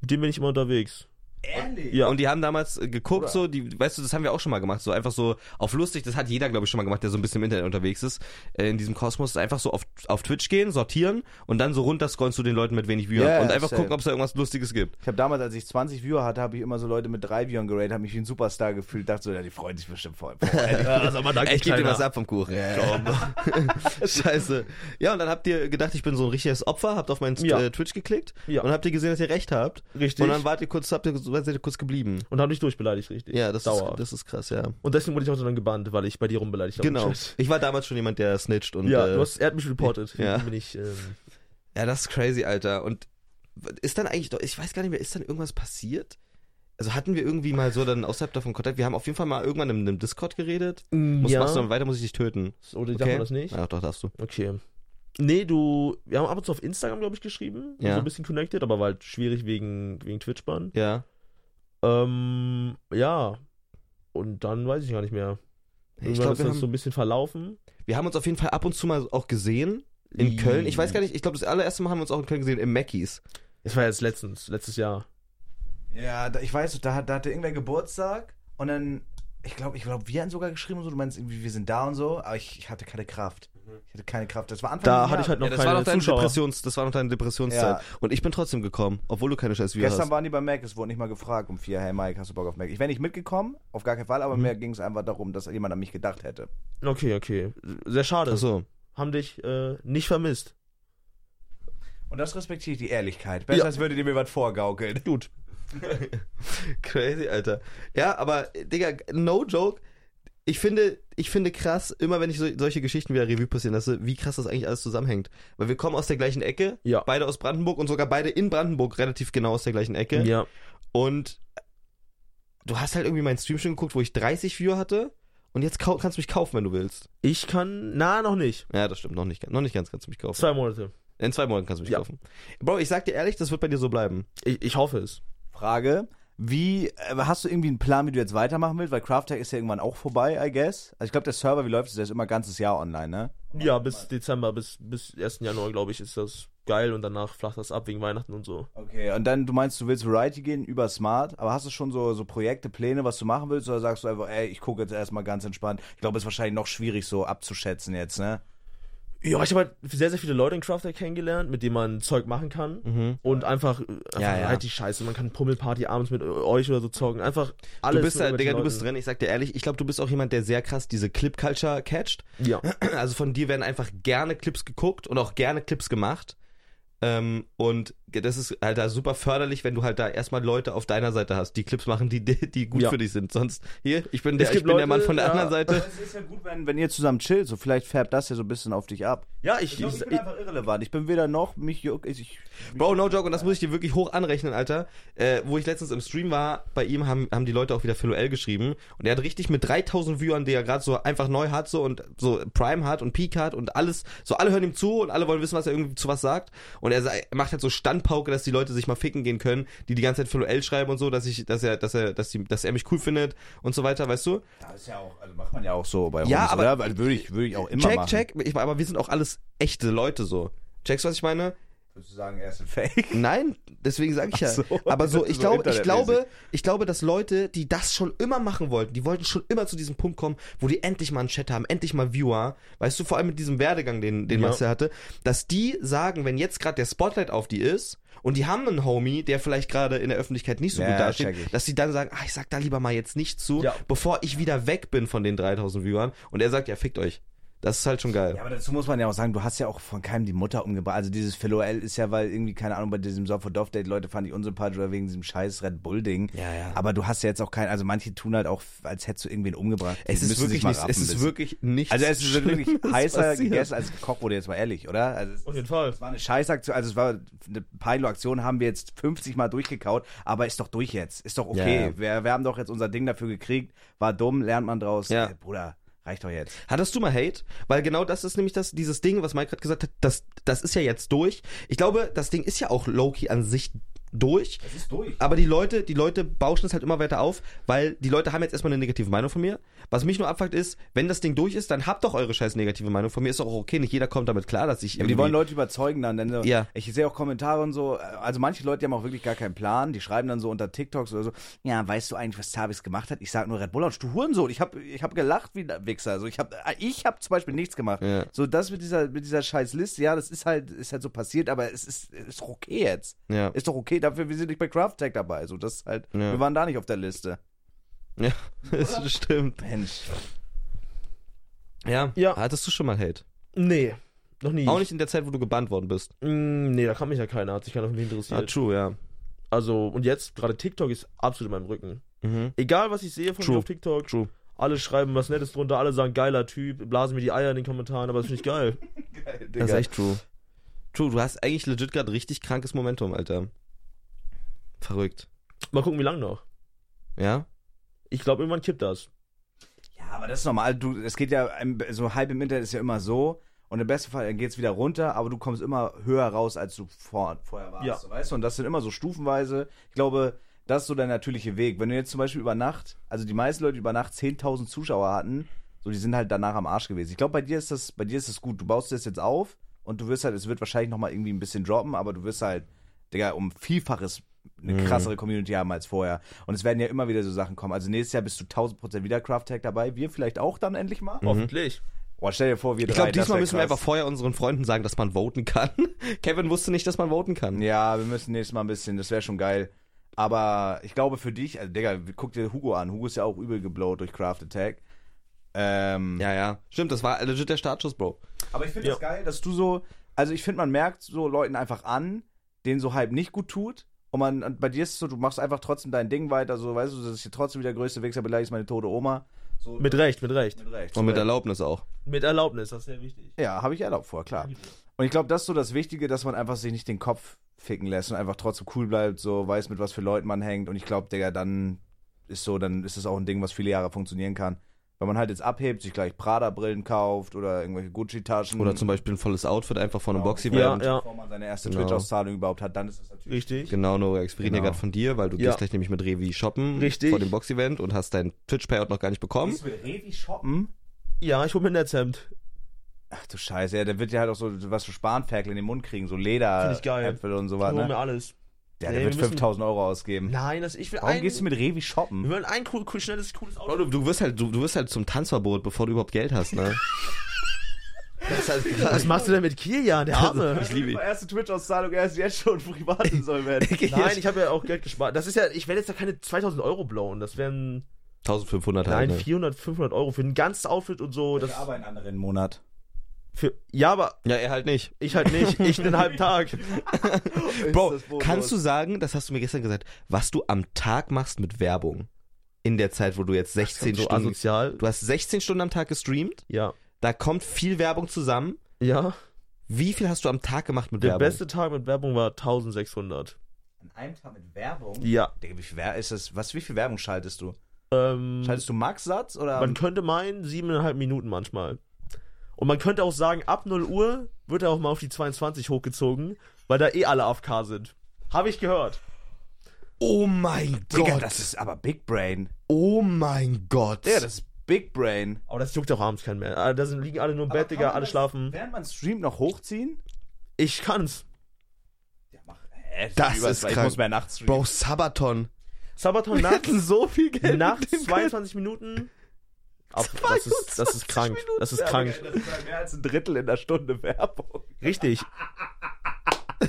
mit dem bin ich immer unterwegs. Ehrlich? Ja. Und die haben damals äh, geguckt, so, die, weißt du, das haben wir auch schon mal gemacht, so einfach so auf lustig, das hat jeder, glaube ich, schon mal gemacht, der so ein bisschen im Internet unterwegs ist, äh, in diesem Kosmos, einfach so auf, auf Twitch gehen, sortieren und dann so runter scrollen zu den Leuten mit wenig Viewern Ja, und einfach same. gucken, ob es da irgendwas Lustiges gibt. Ich habe damals, als ich 20 Viewer hatte, habe ich immer so Leute mit drei Viewern geratet, habe mich wie ein Superstar gefühlt, dachte so, ja, die freuen sich bestimmt voll. also Ja, sag mal danke, Ey, ich geb dir Kleiner. was ab vom Kuchen. Scheiße. Ja, und dann habt ihr gedacht, ich bin so ein richtiges Opfer, habt auf meinen Ja. äh, Twitch geklickt Ja. und habt ihr gesehen, dass ihr recht habt. Richtig. Und dann wart ihr kurz, habt ihr, seid ihr kurz geblieben. Und hab dich durchbeleidigt, richtig. Ja, das ist, Dauerhaft. das ist krass, ja. Und deswegen wurde ich auch so dann gebannt, weil ich bei dir rumbeleidigt habe. Genau. Tschüss. Ich war damals schon jemand, der snitcht und Ja, äh, du hast, er hat mich reportet. Ja. Bin ich, ähm, Ja, das ist crazy, Alter. Und ist dann eigentlich, doch- ich weiß gar nicht mehr, ist dann irgendwas passiert? Also hatten wir irgendwie mal so dann außerhalb davon Kontakt? Wir haben auf jeden Fall mal irgendwann in einem Discord geredet. Muss, mm, ja. Machst du dann weiter, muss ich dich töten. Oder darf man das nicht? Ja, doch, darfst du. Okay. Nee, du, wir haben ab und zu auf Instagram, glaube ich, geschrieben. Ja. So ein bisschen connected, aber war halt schwierig wegen, wegen Twitch-Bahn. Ja. Ähm, ja. Und dann weiß ich gar nicht mehr. Ich Irgendwann glaube, ist wir, das so haben- ein bisschen verlaufen. wir haben uns auf jeden Fall ab und zu mal auch gesehen. In Köln. Ich weiß gar nicht, ich glaube, das allererste Mal haben wir uns auch in Köln gesehen, im Mackies. Das war jetzt letztens, letztes Jahr. Ja, da, ich weiß, da, hat- da hatte irgendwer Geburtstag und dann, ich glaube, ich glaube, wir hatten sogar geschrieben und so, du meinst irgendwie, wir sind da und so, aber ich, ich hatte keine Kraft. Ich hatte keine Kraft. Das war Anfang Da des hatte ich Jahres. halt noch Ja, das, war keine noch deine Zuschauer. Depressions, das war noch deine Depressionszeit. Ja. Und ich bin trotzdem gekommen, obwohl du keine scheiß Vier Gestern hast. waren die bei Mac, es wurde nicht mal gefragt um vier, hey Mike, hast du Bock auf Mac? Ich wäre nicht mitgekommen, auf gar keinen Fall, aber mir ging es einfach darum, dass jemand an mich gedacht hätte. Okay, okay. Sehr schade. Ach so. Haben dich äh, nicht vermisst. Und das respektiere ich die Ehrlichkeit. Besser als würdet ihr mir was vorgaukeln. Gut. Crazy, Alter. Ja, aber, Digga, no joke. Ich finde, ich finde krass, immer wenn ich so, solche Geschichten wieder Revue passieren lasse, wie krass das eigentlich alles zusammenhängt. Weil wir kommen aus der gleichen Ecke, Ja. beide aus Brandenburg und sogar beide in Brandenburg relativ genau aus der gleichen Ecke. Ja. Und du hast halt irgendwie meinen Stream schon geguckt, wo ich 30 Viewer hatte. Und jetzt kau- kannst du mich kaufen, wenn du willst. Ich kann. Na, noch nicht. Ja, das stimmt. Noch nicht, noch nicht ganz kannst du mich kaufen. Zwei Monate. In zwei Monaten kannst du mich Ja. kaufen. Bro, ich sag dir ehrlich, das wird bei dir so bleiben. Ich, ich hoffe es. Frage, wie, äh, hast du irgendwie einen Plan, wie du jetzt weitermachen willst? Weil Craft Tag ist ja irgendwann auch vorbei, I guess. Also ich glaube, der Server, wie läuft es? Der ist immer ganzes Jahr online, ne? Ja, bis Dezember, bis, bis 1. Januar, glaube ich, ist das geil und danach flacht das ab wegen Weihnachten und so. Okay, und dann, du meinst, du willst Variety gehen über Smart, aber hast du schon so, so Projekte, Pläne, was du machen willst? Oder sagst du einfach, ey, ich gucke jetzt erstmal ganz entspannt? Ich glaube, es ist wahrscheinlich noch schwierig so abzuschätzen jetzt, ne? Ja, ich habe halt sehr, sehr viele Leute in Crafter kennengelernt, mit denen man Zeug machen kann. Und einfach, äh, einfach Mhm. Ja, ja. halt die Scheiße. Man kann Pummelparty abends mit euch oder so zocken. Einfach alles. du bist mit halt, Digga, irgendwelchen du bist Leuten. drin. Ich sag dir ehrlich, ich glaube, du bist auch jemand, der sehr krass diese Clip-Culture catcht. Ja. Also von dir werden einfach gerne Clips geguckt und auch gerne Clips gemacht. Ähm, und das ist halt da super förderlich, wenn du halt da erstmal Leute auf deiner Seite hast, die Clips machen, die, die die gut Ja. für dich sind. Sonst, hier, ich bin der, Es ich gibt bin der Mann Leute, von der ja. anderen Seite. Es ist ja gut, wenn, wenn ihr zusammen chillt, so vielleicht färbt das ja so ein bisschen auf dich ab. Ja, ich. Ich, bin einfach irrelevant. Ich bin weder noch, mich juckt. Ich, ich, Bro, no joke, und das muss ich dir wirklich hoch anrechnen, Alter. Äh, wo ich letztens im Stream war, bei ihm haben, haben die Leute auch wieder Philo L geschrieben. Und er hat richtig mit 3000 Viewern, die er gerade so einfach neu hat, so und so Prime hat und Peak hat und alles, so alle hören ihm zu und alle wollen wissen, was er irgendwie zu was sagt. Und er sa- macht halt so Standpauke, dass die Leute sich mal ficken gehen können, die die ganze Zeit Philo L schreiben und so, dass ich, dass er, dass er, dass, die, dass er mich cool findet und so weiter, weißt du? das ist ja auch, also macht man ja auch so bei Ja, uns, aber- oder? Weil Würde ich, würde ich auch immer check, machen. check, ich, aber wir sind auch alles echte Leute so. Checkst, was ich meine? Würdest du sagen, er ist ein Fake? Nein, deswegen sage ich ja. Ach so. Aber so, Das ist ich so glaube, ich internetmäßig. glaube, ich glaube, dass Leute, die das schon immer machen wollten, die wollten schon immer zu diesem Punkt kommen, wo die endlich mal einen Chat haben, endlich mal Viewer, weißt du, vor allem mit diesem Werdegang, den, den Ja. Marcel hatte, dass die sagen, wenn jetzt gerade der Spotlight auf die ist und die haben einen Homie, der vielleicht gerade in der Öffentlichkeit nicht so Ja, gut dasteht, check ich. dass die dann sagen, ah, ich sag da lieber mal jetzt nicht zu, Ja. bevor ich wieder weg bin von den 3000 Viewern und er sagt, ja, fickt euch. Das ist halt schon geil. Ja, aber dazu muss man ja auch sagen, du hast ja auch von keinem die Mutter umgebracht. Also dieses Philo L ist ja, weil irgendwie, keine Ahnung, bei diesem Soft Dorf Date Leute fand ich unsympathisch oder wegen diesem scheiß Red Bull Ding. Ja, ja. Aber du hast ja jetzt auch keinen, also manche tun halt auch, als hättest du irgendwen umgebracht. es Die ist müssen sich wirklich mal nicht, raffen es ist bisschen. wirklich nichts. Also es ist wirklich Schlimmes heißer passiert. gegessen als gekocht wurde, jetzt mal ehrlich, oder? Also es Auf jeden Fall. es war eine Scheißaktion, also es war eine peinliche Aktion, haben wir jetzt 50 Mal durchgekaut, aber ist doch durch jetzt. Ist doch okay. Ja, ja. Wir, wir haben doch jetzt unser Ding dafür gekriegt, war dumm, lernt man draus. Ja. Ey, Bruder, reicht doch jetzt. Hattest du mal Hate? Weil genau das ist nämlich das, dieses Ding, was Mike gerade gesagt hat, das, das ist ja jetzt durch. Ich glaube, das Ding ist ja auch Loki an sich durch. Es ist durch. Aber die Leute, die Leute bauschen es halt immer weiter auf, weil die Leute haben jetzt erstmal eine negative Meinung von mir. Was mich nur abfuckt ist, wenn das Ding durch ist, dann habt doch eure scheiß negative Meinung von mir. Ist doch auch okay, nicht jeder kommt damit klar, dass ich Ja, irgendwie... die wollen Leute überzeugen dann. dann so, Ja. Ich sehe auch Kommentare und so. Also manche Leute die haben auch wirklich gar keinen Plan. Die schreiben dann so unter TikToks oder so. Ja, weißt du eigentlich, was Tabis gemacht hat? Ich sag nur Red Bull Lounge, du Hurensohn. Ich hab, ich hab gelacht wie ein Wichser. Also ich hab, ich hab zum Beispiel nichts gemacht. Ja. So das mit dieser, mit dieser scheiß Liste, ja, das ist halt, ist halt so passiert, aber es ist, ist doch okay jetzt. Ja. Ist doch okay, dafür, wir sind nicht bei Craft Tech dabei. So, das ist halt, Ja. wir waren da nicht auf der Liste. Ja, das stimmt. Mensch. Ja. Ja. Hattest du schon mal Hate? Nee, noch nie. Auch nicht in der Zeit, wo du gebannt worden bist. Mm, nee, da kann mich ja keiner, hat sich keiner von mir interessiert. Ah, true, ja. Also, und jetzt, gerade TikTok ist absolut in meinem Rücken. Mhm. Egal, was ich sehe von True. mir auf TikTok, True. alle schreiben was Nettes drunter, alle sagen, geiler Typ, blasen mir die Eier in den Kommentaren, aber das finde ich geil. Das ist echt true. True, du hast eigentlich legit gerade richtig krankes Momentum, Alter. Verrückt. Mal gucken, wie lang noch. Ja? Ich glaube, irgendwann kippt das. Ja, aber das ist normal. Du, es geht ja, im- so halb im Internet ist ja immer so. Und im besten Fall geht es wieder runter, aber du kommst immer höher raus, als du vor, vorher warst. Ja. So, weißt du? Und das sind immer so stufenweise. Ich glaube, das ist so der natürliche Weg. Wenn du jetzt zum Beispiel über Nacht, also die meisten Leute über Nacht 10.000 Zuschauer hatten, so die sind halt danach am Arsch gewesen. Ich glaube, bei dir ist das, bei dir ist das gut. Du baust das jetzt auf und du wirst halt, es wird wahrscheinlich nochmal irgendwie ein bisschen droppen, aber du wirst halt, Digga, um Vielfaches Mhm. eine krassere Community haben als vorher. Und es werden ja immer wieder so Sachen kommen. Also nächstes Jahr bist du 1000% wieder Craft Tag dabei. Wir vielleicht auch dann endlich mal. Hoffentlich. Boah, stell dir vor, wir Mhm. drei. Ich glaube, das diesmal wär müssen wir einfach krass. vorher unseren Freunden sagen, dass man voten kann. Kevin wusste nicht, dass man voten kann. Ja, wir müssen nächstes Mal ein bisschen, das wäre schon geil. Aber ich glaube für dich, also Digga, guck dir Hugo an. Hugo ist ja auch übel geblowt durch Craft Attack. Ähm, Ja, ja. Stimmt, das war legit der Startschuss, Bro. Aber ich finde Ja. das geil, dass du so, also ich finde, man merkt so Leuten einfach an, denen so Hype nicht gut tut. Und man, und bei dir ist es so, du machst einfach trotzdem dein Ding weiter, so, weißt du, das ist hier trotzdem wieder der größte Wichser, beleidigst meine tote Oma. So, Mit Recht, mit Recht. mit Recht. Und mit So, Erlaubnis auch. Mit Erlaubnis, das ist sehr wichtig. Ja, habe ich erlaubt vor, klar. Und ich glaube, das ist so das Wichtige, dass man einfach sich nicht den Kopf ficken lässt und einfach trotzdem cool bleibt, so weiß, mit was für Leuten man hängt. Und ich glaube, Digga, dann ist so, dann ist es auch ein Ding, was viele Jahre funktionieren kann. Wenn man halt jetzt abhebt, sich gleich Prada-Brillen kauft oder irgendwelche Gucci-Taschen. Oder zum Beispiel ein volles Outfit einfach von einem Mhm. Genau. Boxy Ja, werden. ja, bevor man seine erste Genau. Twitch-Auszahlung überhaupt hat, dann ist es natürlich. richtig. Genau, Norex. Wir reden ja Genau. gerade von dir, weil du Ja. gehst gleich nämlich mit Revi shoppen Richtig. vor dem Box-Event und hast dein Twitch-Payout noch gar nicht bekommen. Gehst du mit Revi shoppen? Ja, ich hole mir ein Netzhemd. Ach du Scheiße, ja, da wird ja halt auch so was für Spanferkel in den Mund kriegen, so Find ich geil. Lederäpfel und so Ich was. hole mir Ne? alles. Der, Nee, der wird wir müssen- 5000 Euro ausgeben. Nein, das ich will Warum ein, gehst du mit Revi shoppen? Wir wollen ein cool, cool, schnelles, cooles Bro, du, Auto. du, wirst halt, du, du wirst halt zum Tanzverbot, bevor du überhaupt Geld hast, ne? das ist halt Was machst du denn mit Kilian, der Arme? Ich liebe ihn. erste Twitch-Auszahlung, er ist jetzt schon privat insolvent. Nein, ich habe ja auch Geld gespart. Das ist ja, ich werde jetzt da keine 2000 Euro blauen. Das wären, 1500 halt, nein, ne? 400, 500 Euro für ein ganzes Outfit und so. Das Ich arbeite einen anderen Monat. für, ja, aber Ja, er halt nicht. ich halt nicht. Ich einen halben Tag. Bro, kannst du sagen, das hast du mir gestern gesagt, was du am Tag machst mit Werbung? In der Zeit, wo du jetzt 16 So Stunden. asozial. Du hast 16 Stunden am Tag gestreamt, Ja. da kommt viel Werbung zusammen. Ja. Wie viel hast du am Tag gemacht mit Der Werbung? beste Tag mit Werbung war 1600. An einem Tag mit Werbung? Ja. Digga, wie viel, Wer- ist das, was, wie viel Werbung schaltest du? Ähm, Schaltest du Max-Satz oder? man könnte meinen, siebeneinhalb Minuten manchmal. Und man könnte auch sagen, ab 0 Uhr wird er auch mal auf die 22 hochgezogen, weil da eh alle AFK sind. Habe ich gehört. Oh mein Digga, Gott. das ist aber Big Brain. oh mein Gott. Digga, das ist Big Brain. Aber das juckt auch abends keinen mehr. Ah, Da sind, liegen alle nur im Bett, Digga, alle schlafen. Während man streamt noch hochziehen? Ich kann's. Ja, mach. Äh, Das übers- ist weil Ich krank. muss mehr nachts streamen. Bro, Sabaton. Sabaton Wir nachts, hätten so viel Geld nachts mit dem 22 Minuten. Ab, das, ist, das ist krank. Das ist krank. Das ist mehr als ein Drittel in der Stunde Werbung. Richtig.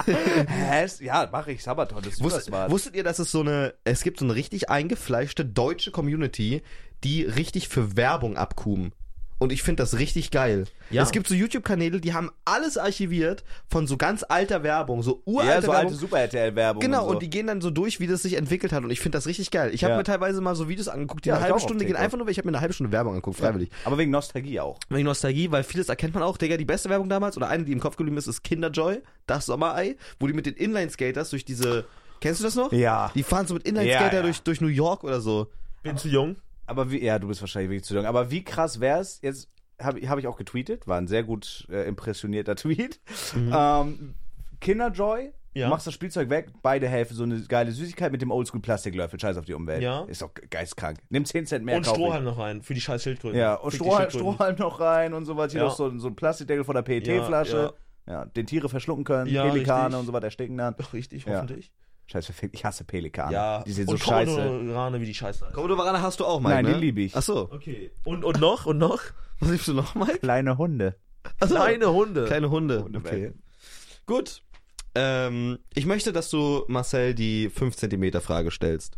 Hä? ist- Ja, mache ich Sabaton. Das ist Wusstet, super smart. wusstet ihr, dass es so eine, es gibt so eine richtig eingefleischte deutsche Community, die richtig für Werbung abkuben? Und ich finde das richtig geil. Ja. Es gibt so YouTube-Kanäle, die haben alles archiviert von so ganz alter Werbung, so uralter ja, so Werbung. alte Super-RTL-Werbung. Genau, und, so. und die gehen dann so durch, wie das sich entwickelt hat. Und ich finde das richtig geil. Ich habe Ja. mir teilweise mal so Videos angeguckt, die Ja, eine ich halbe auch auf Stunde gehen. TikTok. Einfach nur, weil ich habe mir eine halbe Stunde Werbung angeguckt, freiwillig. Aber wegen Nostalgie auch. Wegen Nostalgie, weil vieles erkennt man auch. Digga, die beste Werbung damals oder eine, die im Kopf geblieben ist, ist Kinderjoy, das Sommerei, wo die mit den Inline-Skaters durch diese. Kennst du das noch? Ja. Die fahren so mit Inline-Skater Ja, ja. durch, durch New York oder so. Bin zu jung. Aber wie, ja, du bist wahrscheinlich wirklich zu jung. Aber wie krass wär's, jetzt habe hab ich auch getweetet, war ein sehr gut äh, impressionierter Tweet. Ähm, Kinderjoy Mhm. Ja. Du machst das Spielzeug weg, beide Hälfte so eine geile Süßigkeit mit dem Oldschool-Plastiklöffel. Scheiß auf die Umwelt. Ja. Ist doch geistkrank. Nimm 10 Cent mehr. Und kauf ich. Strohhalm noch rein für die scheiß Schildkröten. Ja, und Fick die Strohhalm, Schildkröten. Strohhalm noch rein und sowas. Hier Ja. noch so, so ein Plastikdeckel von der PET-Flasche. Ja, den Tiere verschlucken können, Ja, Pelikane richtig. und sowas ersticken dann. Ach, richtig, Ja. hoffentlich. Scheiße, verfickt, ich hasse Pelikane. Ja. Die sind und so scheiße. Kormodrane, wie die scheiße. heißen. Komodowarane hast du auch, Mike, Nein, ne? die lieb ich. Ach so. Okay. Und, und noch, und noch? Was liebst du noch, Mike? Kleine Hunde. Ach so. Kleine Hunde. Kleine Hunde. Okay. Gut. Ähm, ich möchte, dass du Marcel die 5 Zentimeter Frage stellst.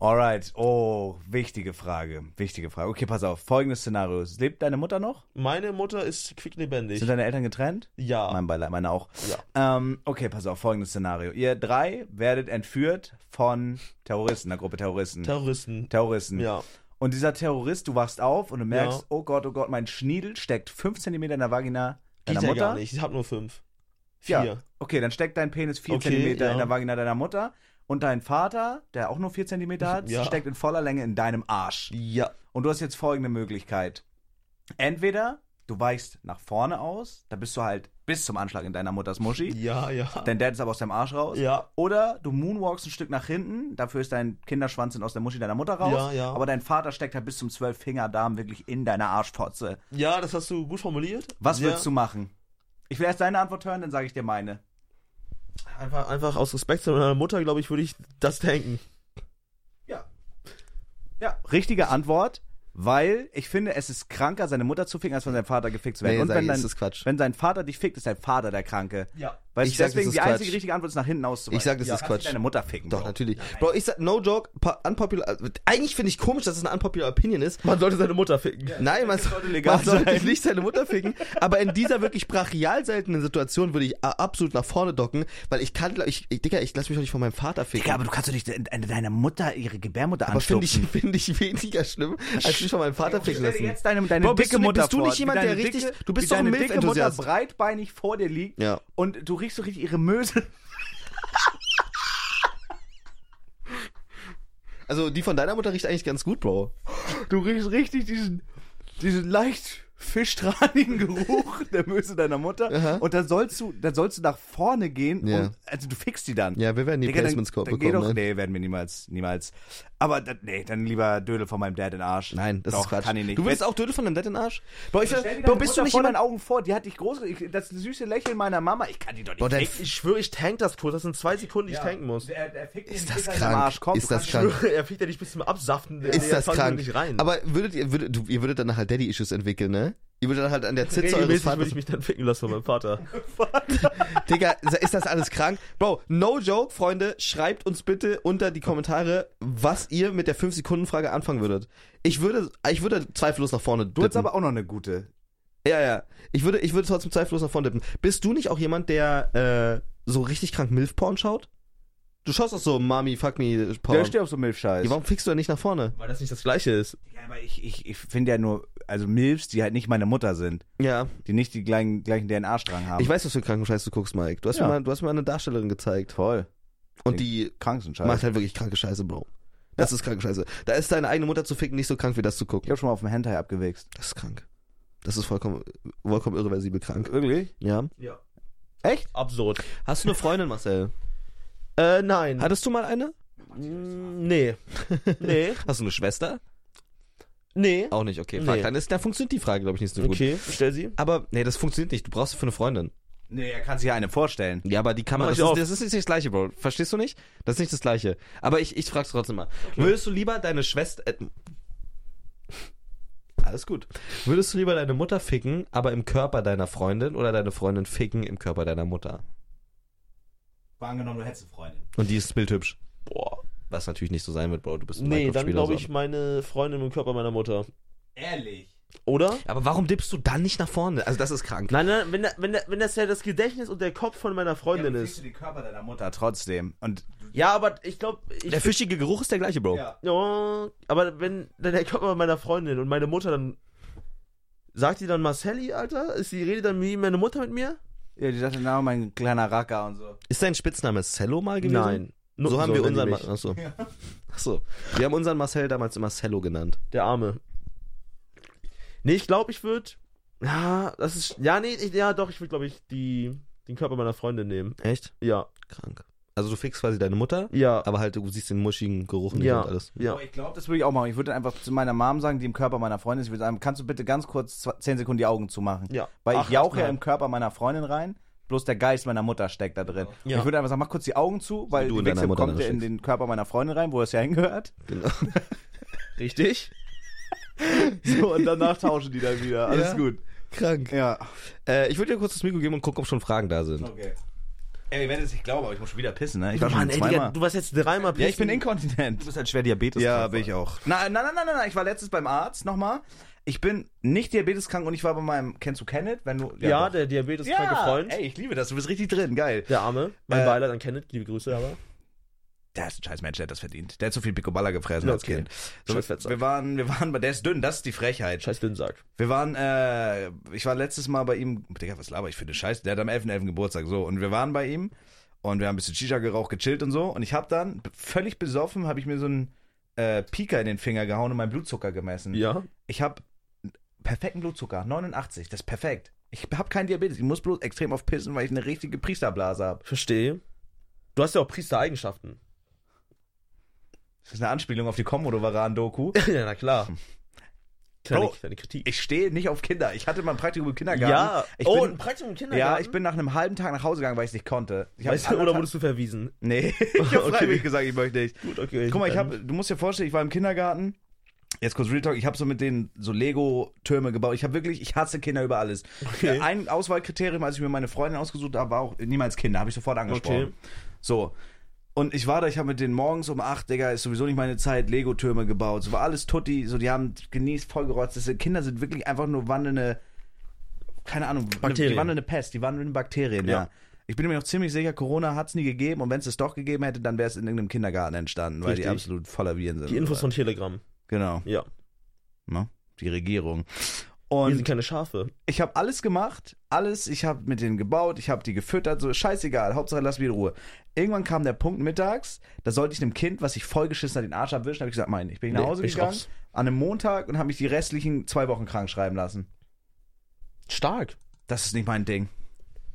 Alright. Oh, wichtige Frage. Wichtige Frage. Okay, pass auf. Folgendes Szenario. Lebt deine Mutter noch? Meine Mutter ist quicklebendig. Sind deine Eltern getrennt? Ja. Mein Beileid, meine auch. Ähm, okay, pass auf, folgendes Szenario. Ihr drei werdet entführt von Terroristen, einer Gruppe Terroristen. Terroristen. Terroristen. Ja. Und dieser Terrorist, du wachst auf und du merkst, Ja. oh Gott, oh Gott, mein Schniedel steckt 5 cm in der Vagina Geht deiner ja Mutter. gar nicht. Ich hab nur fünf. Ja. Vier. Okay, dann steckt dein Penis 4 Okay, cm ja. in der Vagina deiner Mutter. Und dein Vater, der auch nur 4 cm hat, Ja. steckt in voller Länge in deinem Arsch. Ja. Und du hast jetzt folgende Möglichkeit. Entweder du weichst nach vorne aus, da bist du halt bis zum Anschlag in deiner Mutters Muschi. Ja, ja. Dein Dad ist aber aus deinem Arsch raus. Ja. Oder du moonwalkst ein Stück nach hinten, dafür ist dein Kinderschwanz aus der Muschi deiner Mutter raus. Ja, ja. Aber dein Vater steckt halt bis zum Zwölffingerdarm wirklich in deiner Arschfotze. Ja, das hast du gut formuliert. Was Sehr- würdest du machen? Ich will erst deine Antwort hören, dann sage ich dir meine. Einfach, einfach aus Respekt zu meiner Mutter, glaube ich, würde ich das denken. Ja. Richtige Antwort, weil ich finde, es ist kranker, seine Mutter zu ficken, als von seinem Vater gefickt zu werden. Nee, Und sag wenn ich, dein, ist das Quatsch. wenn sein Vater dich fickt, ist dein Vater der Kranke. Ja. Weißt Ich du, sag, das deswegen ist die einzige Quatsch. richtige Antwort ist nach hinten auszuweichen. Ich sag, das Ja. ist Kannst nicht Quatsch. deine Mutter ficken. Doch, Bro. natürlich. Bro, ich sag, no joke, pa- unpopular. Eigentlich finde ich komisch, dass es eine unpopular Opinion ist. Man sollte seine Mutter ficken. Nein, man, soll, legal man sollte sein. nicht seine Mutter ficken. aber in dieser wirklich brachial seltenen Situation würde ich a- absolut nach vorne docken, weil ich kann, glaub ich, ich Digga, ich lass mich doch nicht von meinem Vater ficken. Digga, aber du kannst doch nicht de- de- deiner Mutter ihre Gebärmutter aber finde ich, anstupfen. finde ich weniger schlimm, als mich von meinem Vater ficken Stell dir lassen. jetzt deine, deine Bro, dicke bist du- Mutter bist du vor, nicht jemand, wie deine der richtig- dicke, du bist wie doch ein deine dicke Mutter Milf-Enthusiast. breitbeinig vor dir liegt Ja. und du riechst so richtig ihre Möse. Also, die von deiner Mutter riecht eigentlich ganz gut, Bro. Du riechst richtig diesen, diesen leicht fischtranigen Geruch der Möse deiner Mutter. Aha. Und dann sollst du, dann sollst du nach vorne gehen. Ja. Und, also du fickst die dann. Ja, wir werden die Digga, dann, Placements dann bekommen. geh doch, ne? Nee, werden wir niemals, niemals. Aber dann, nee, dann lieber Dödel von meinem Dad in den Arsch. Nein, das doch, ist Quatsch. Kann ich nicht. Du willst auch Dödel von deinem Dad in den Arsch? Bro, ich, Stell dir Bro deine bist du Mutter nicht vor jemand, deinen Augen vor, die hat dich groß, ich- das süße Lächeln meiner Mama, ich kann die doch nicht Boah, dein ficken. Ich schwöre, ich tank das kurz. Das sind zwei Sekunden, die ich tanken muss. Er, er fickt Ist den das Finger in krank? den Arsch, komm, Ist du das kannst- krank? er fliegt ja nicht bis zum Absaften. Der- Ist der das tankt krank? Nicht rein. Aber würdet ihr, würdet, du, ihr würdet dann halt Daddy-Issues entwickeln, ne? Ihr würdet dann halt an der Zitze eures regelmäßig würde Vaters. ich mich dann ficken lassen von meinem Vater. Digga, ist das alles krank? Bro, no joke, Freunde, schreibt uns bitte unter die Kommentare, was ihr mit der 5-Sekunden-Frage anfangen würdet. Ich würde, ich würde zweifellos nach vorne dippen. Du hast aber auch noch eine gute. ja, ja. Ich würde, ich würde trotzdem zweifellos nach vorne dippen. Bist du nicht auch jemand, der, äh, so richtig krank Milf-Porn schaut? Du schaust auch so Mami, fuck me, äh, Porn. Der steht auf so Milf-Scheiß. Ja, warum fickst du denn nicht nach vorne? Weil das nicht das Gleiche ist. Ja, aber ich, ich, ich finde ja nur, also Milfs, die halt nicht meine Mutter sind, Ja. die nicht die gleichen, gleichen DNA-Strang haben. Ich weiß, was für kranken Scheiß du guckst, Mike. Du hast, Ja. mir, mal, du hast mir mal eine Darstellerin gezeigt. Voll. Und die Krank sind macht Scheiß. halt wirklich kranke Scheiße, Bro. Das ist kranke Scheiße. Da ist deine eigene Mutter zu ficken nicht so krank wie das zu Ich gucken. hab schon mal auf dem Hentai abgewichst. Das ist krank. Das ist vollkommen, vollkommen irreversibel krank. Wirklich? Ja. Ja. Echt? Absurd. Hast du eine Freundin, Marcel? Äh, nein. Hattest du mal eine? Mm, nee. Nee. Hast du eine Schwester? Nee. Auch nicht, okay. Nee. Frag dann ist, da funktioniert die Frage, glaube ich, nicht so gut. Okay, stell sie. Aber, nee, das funktioniert nicht. Du brauchst für eine Freundin. Nee, er kann sich ja eine vorstellen. Ja, aber die kann man. Mach Das ich ist, auf. das ist nicht das Gleiche, Bro. Verstehst du nicht? Das ist nicht das Gleiche. Aber ich, ich frag's trotzdem mal. Würdest du lieber deine Schwester. Äh, alles gut. Würdest du lieber deine Mutter ficken, aber im Körper deiner Freundin oder deine Freundin ficken im Körper deiner Mutter? War angenommen, du hättest eine Freundin. Und die ist bildhübsch. Boah. Was natürlich nicht so sein wird, Bro. Du bist ein Nee, dann Minecraft-Spieler, glaube so. ich meine Freundin im Körper meiner Mutter. Ehrlich. Oder? Aber warum dippst du dann nicht nach vorne? Also, das ist krank. Nein, nein, wenn, da- wenn, da- wenn das ja das Gedächtnis und der Kopf von meiner Ja, Freundin du ist. ist. den Körper deiner Mutter trotzdem. Und Ja, aber ich glaube, ich. Der fischige Geruch ist der gleiche, Bro. Ja. Ja, aber wenn dann der Körper meiner Freundin und meine Mutter dann. Sagt die dann Marcelli, Alter? Ist die Rede dann wie meine Mutter mit mir? ja, die sagte, na, mein kleiner Racker und so. Ist dein Spitzname Cello mal gewesen? Nu- so haben wir nenn unseren. die Ma mich. achso. achso. Wir haben unseren Marcel damals immer Cello genannt. Der Arme. Nee, ich glaube, ich würde. Ja, das ist. Ja, nee, ich, ja, doch, ich würde, glaube ich, die den Körper meiner Freundin nehmen. Echt? Ja. Krank. Also du fickst quasi deine Mutter, Ja. aber halt du siehst den muschigen Geruch nicht ja. und alles. Ja. Oh, ich glaube, das würde ich auch machen. Ich würde einfach zu meiner Mom sagen, die im Körper meiner Freundin ist, ich würde sagen, kannst du bitte ganz kurz zw- 10 Sekunden die Augen zumachen? Ja. Weil ich Acht, jauche ja nein. im Körper meiner Freundin rein, bloß der Geist meiner Mutter steckt da drin. Ja. Ich würde einfach sagen, mach kurz die Augen zu, weil Du die in deiner Wichse Mutter kommt ja in steckst. den Körper meiner Freundin rein, wo es ja hingehört. Genau. Richtig? So, und danach tauschen die dann wieder. Alles Ja. gut. Krank. Ja. Äh, ich würde dir kurz das Mikro geben und gucken, ob schon Fragen da sind. Okay. Ey, ihr werdet es nicht glauben, aber ich muss schon wieder pissen, ne? Ich war schon Mann, ey, Digga, zweimal. du warst jetzt dreimal Ja, ich bin pissen. inkontinent. Du bist halt schwer Diabetes. Ja, bin ich auch. Na, nein, nein, nein, nein, nein, ich war letztens beim Arzt nochmal. Ich bin nicht diabeteskrank und ich war bei meinem, kennst du Kenneth? Wenn du, Ja, doch. der diabeteskranke ja, Freund. Ey, ich liebe das, du bist richtig drin, geil. Der Arme. Mein Äh, Beileid an Kenneth, liebe Grüße, aber. Der ist ein scheiß Mensch, der hat das verdient. Der hat so viel Picoballa gefressen Ja, als okay. Kind. So, Scheiß Fettsack. wir waren, wir waren bei, der ist dünn, das ist die Frechheit. Scheiß Dünnsack. Wir waren, äh, ich war letztes Mal bei ihm, Digga, was laber ich für den Scheiß? Der hat am 11.11. Geburtstag, so. Und wir waren bei ihm und wir haben ein bisschen Shisha geraucht, gechillt und so. Und ich hab dann, b- völlig besoffen, habe ich mir so einen äh, Pika in den Finger gehauen und meinen Blutzucker gemessen. Ja. Ich habe perfekten Blutzucker, 89, das ist perfekt. Ich habe keinen Diabetes, ich muss bloß extrem auf pissen, weil ich eine richtige Priesterblase habe. Verstehe. Du hast ja auch Priestereigenschaften. Das ist eine Anspielung auf die Komodowaran-Doku. ja, na klar. Kleine, Hm. Bro, kleine Kritik. Ich stehe nicht auf Kinder. Ich hatte mal ein Praktikum im Kindergarten. ja, ich oh, ein bin, Praktikum im Kindergarten. ja, ich bin nach einem halben Tag nach Hause gegangen, weil ich es nicht konnte. Ich hab Weißt du, oder anderthalb- wurdest du verwiesen? Nee, ich habe Okay. freiwillig gesagt, ich möchte nicht. Gut, okay. Guck mal, ich dann- habe, du musst dir vorstellen, ich war im Kindergarten. Jetzt kurz Real Talk, ich habe so mit denen so Lego-Türme gebaut. Ich habe wirklich, ich hasse Kinder über alles. Okay. Äh, Ein Auswahlkriterium, als ich mir meine Freundin ausgesucht habe, war auch niemals Kinder, habe ich sofort angesprochen. Okay. So. Und ich war da, ich habe mit denen morgens um 8, Digga, ist sowieso nicht meine Zeit, Lego-Türme gebaut. So war alles Tutti, so die haben genießt, vollgerotzt. Das sind, Kinder sind wirklich einfach nur wandelnde, keine Ahnung, Bakterien. die wandelnde Pest, die wandelnden Bakterien, ja. Ja. Ich bin mir auch ziemlich sicher, Corona hat es nie gegeben und wenn es es doch gegeben hätte, dann wäre es in irgendeinem Kindergarten entstanden, weil die Richtig. absolut voller Viren sind. Die Infos von Telegram. Genau, Ja. ne? die Regierung. Hier sind Und keine Schafe. ich habe alles gemacht, alles, ich habe mit denen gebaut, ich habe die gefüttert, so scheißegal, Hauptsache lass mich in Ruhe. Irgendwann kam der Punkt mittags, da sollte ich einem Kind, was ich vollgeschissen hat, den Arsch abwischen, habe ich gesagt, nein, ich bin nach Nee, Hause ich gegangen, raus. an einem Montag und habe mich die restlichen zwei Wochen krank schreiben lassen. Stark. Das ist nicht mein Ding.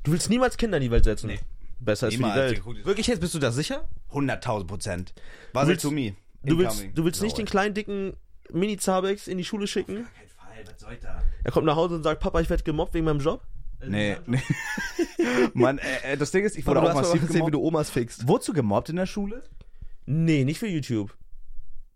Du willst niemals Kinder in die Welt setzen. Nee. Besser ist für die Niemals. Welt. Wirklich jetzt? Bist du da sicher? 100.000 Prozent. Was Du willst du mir? Du willst, du willst nicht den kleinen, dicken Mini-Zabex in die Schule schicken? Fall, was soll ich da? Er kommt nach Hause und sagt, Papa, ich werde gemobbt wegen meinem Job? Nee, nee. Mann, äh, äh, das Ding ist, ich wurde Oder du auch hast mal massiv gesehen, wie gemobbt. du Omas fickst. Wurdest du gemobbt in der Schule? Nee, nicht für YouTube.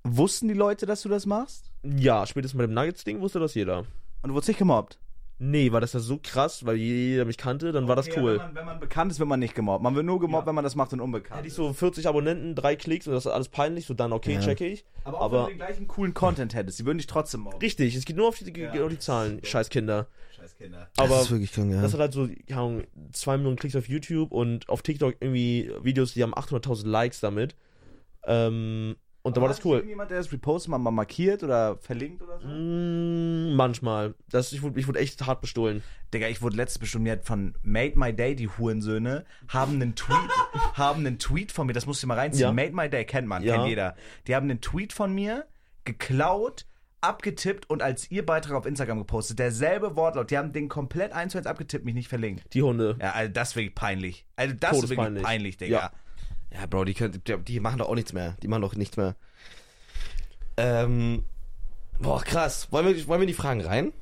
Wussten die Leute, dass du das machst? Ja, spätestens bei dem Nuggets-Ding wusste das jeder. Und du wurdest nicht gemobbt? Nee, war das ja so krass, weil jeder mich kannte, dann war das Ja, cool. Wenn man, wenn man bekannt ist, wird man nicht gemobbt. Man wird nur gemobbt, wenn man das macht und unbekannt Hätte ich ist. so 40 Abonnenten, drei Klicks und das ist alles peinlich, so dann okay, checke ich. aber Aber, auch wenn du den gleichen coolen Content hättest, die würden dich trotzdem mobben. richtig, es geht nur auf die, Ja. auf die Zahlen, scheiß Kinder. Scheiß Kinder. Aber das ist wirklich krank, ja. Das hat halt so, keine Ahnung, 2 Millionen Klicks auf YouTube und auf TikTok irgendwie Videos, die haben 800.000 Likes damit. Ähm, und da war das cool. Jemand, der Ah, das repostet, mal, mal markiert oder verlinkt oder so? Mm, manchmal. Das, ich, wurde, ich wurde echt hart bestohlen. Digga, ich wurde letztes bestimmt mir hat von Made My Day, die Hurensöhne, haben einen Tweet, haben einen Tweet von mir, das musst du dir mal reinziehen. Ja. Made My Day kennt man, Ja. kennt jeder. Die haben einen Tweet von mir geklaut, abgetippt und als ihr Beitrag auf Instagram gepostet. Derselbe Wortlaut, die haben den komplett eins zu eins abgetippt, mich nicht verlinkt. Die Hunde. Ja, also das ist wirklich peinlich. Also das ist wirklich peinlich, Todespeinlich. Digga. Ja. Ja, Bro, die, können, die, die machen doch auch nichts mehr. Die machen doch nichts mehr. Ähm. Boah, krass. Wollen wir, wollen wir in die Fragen rein?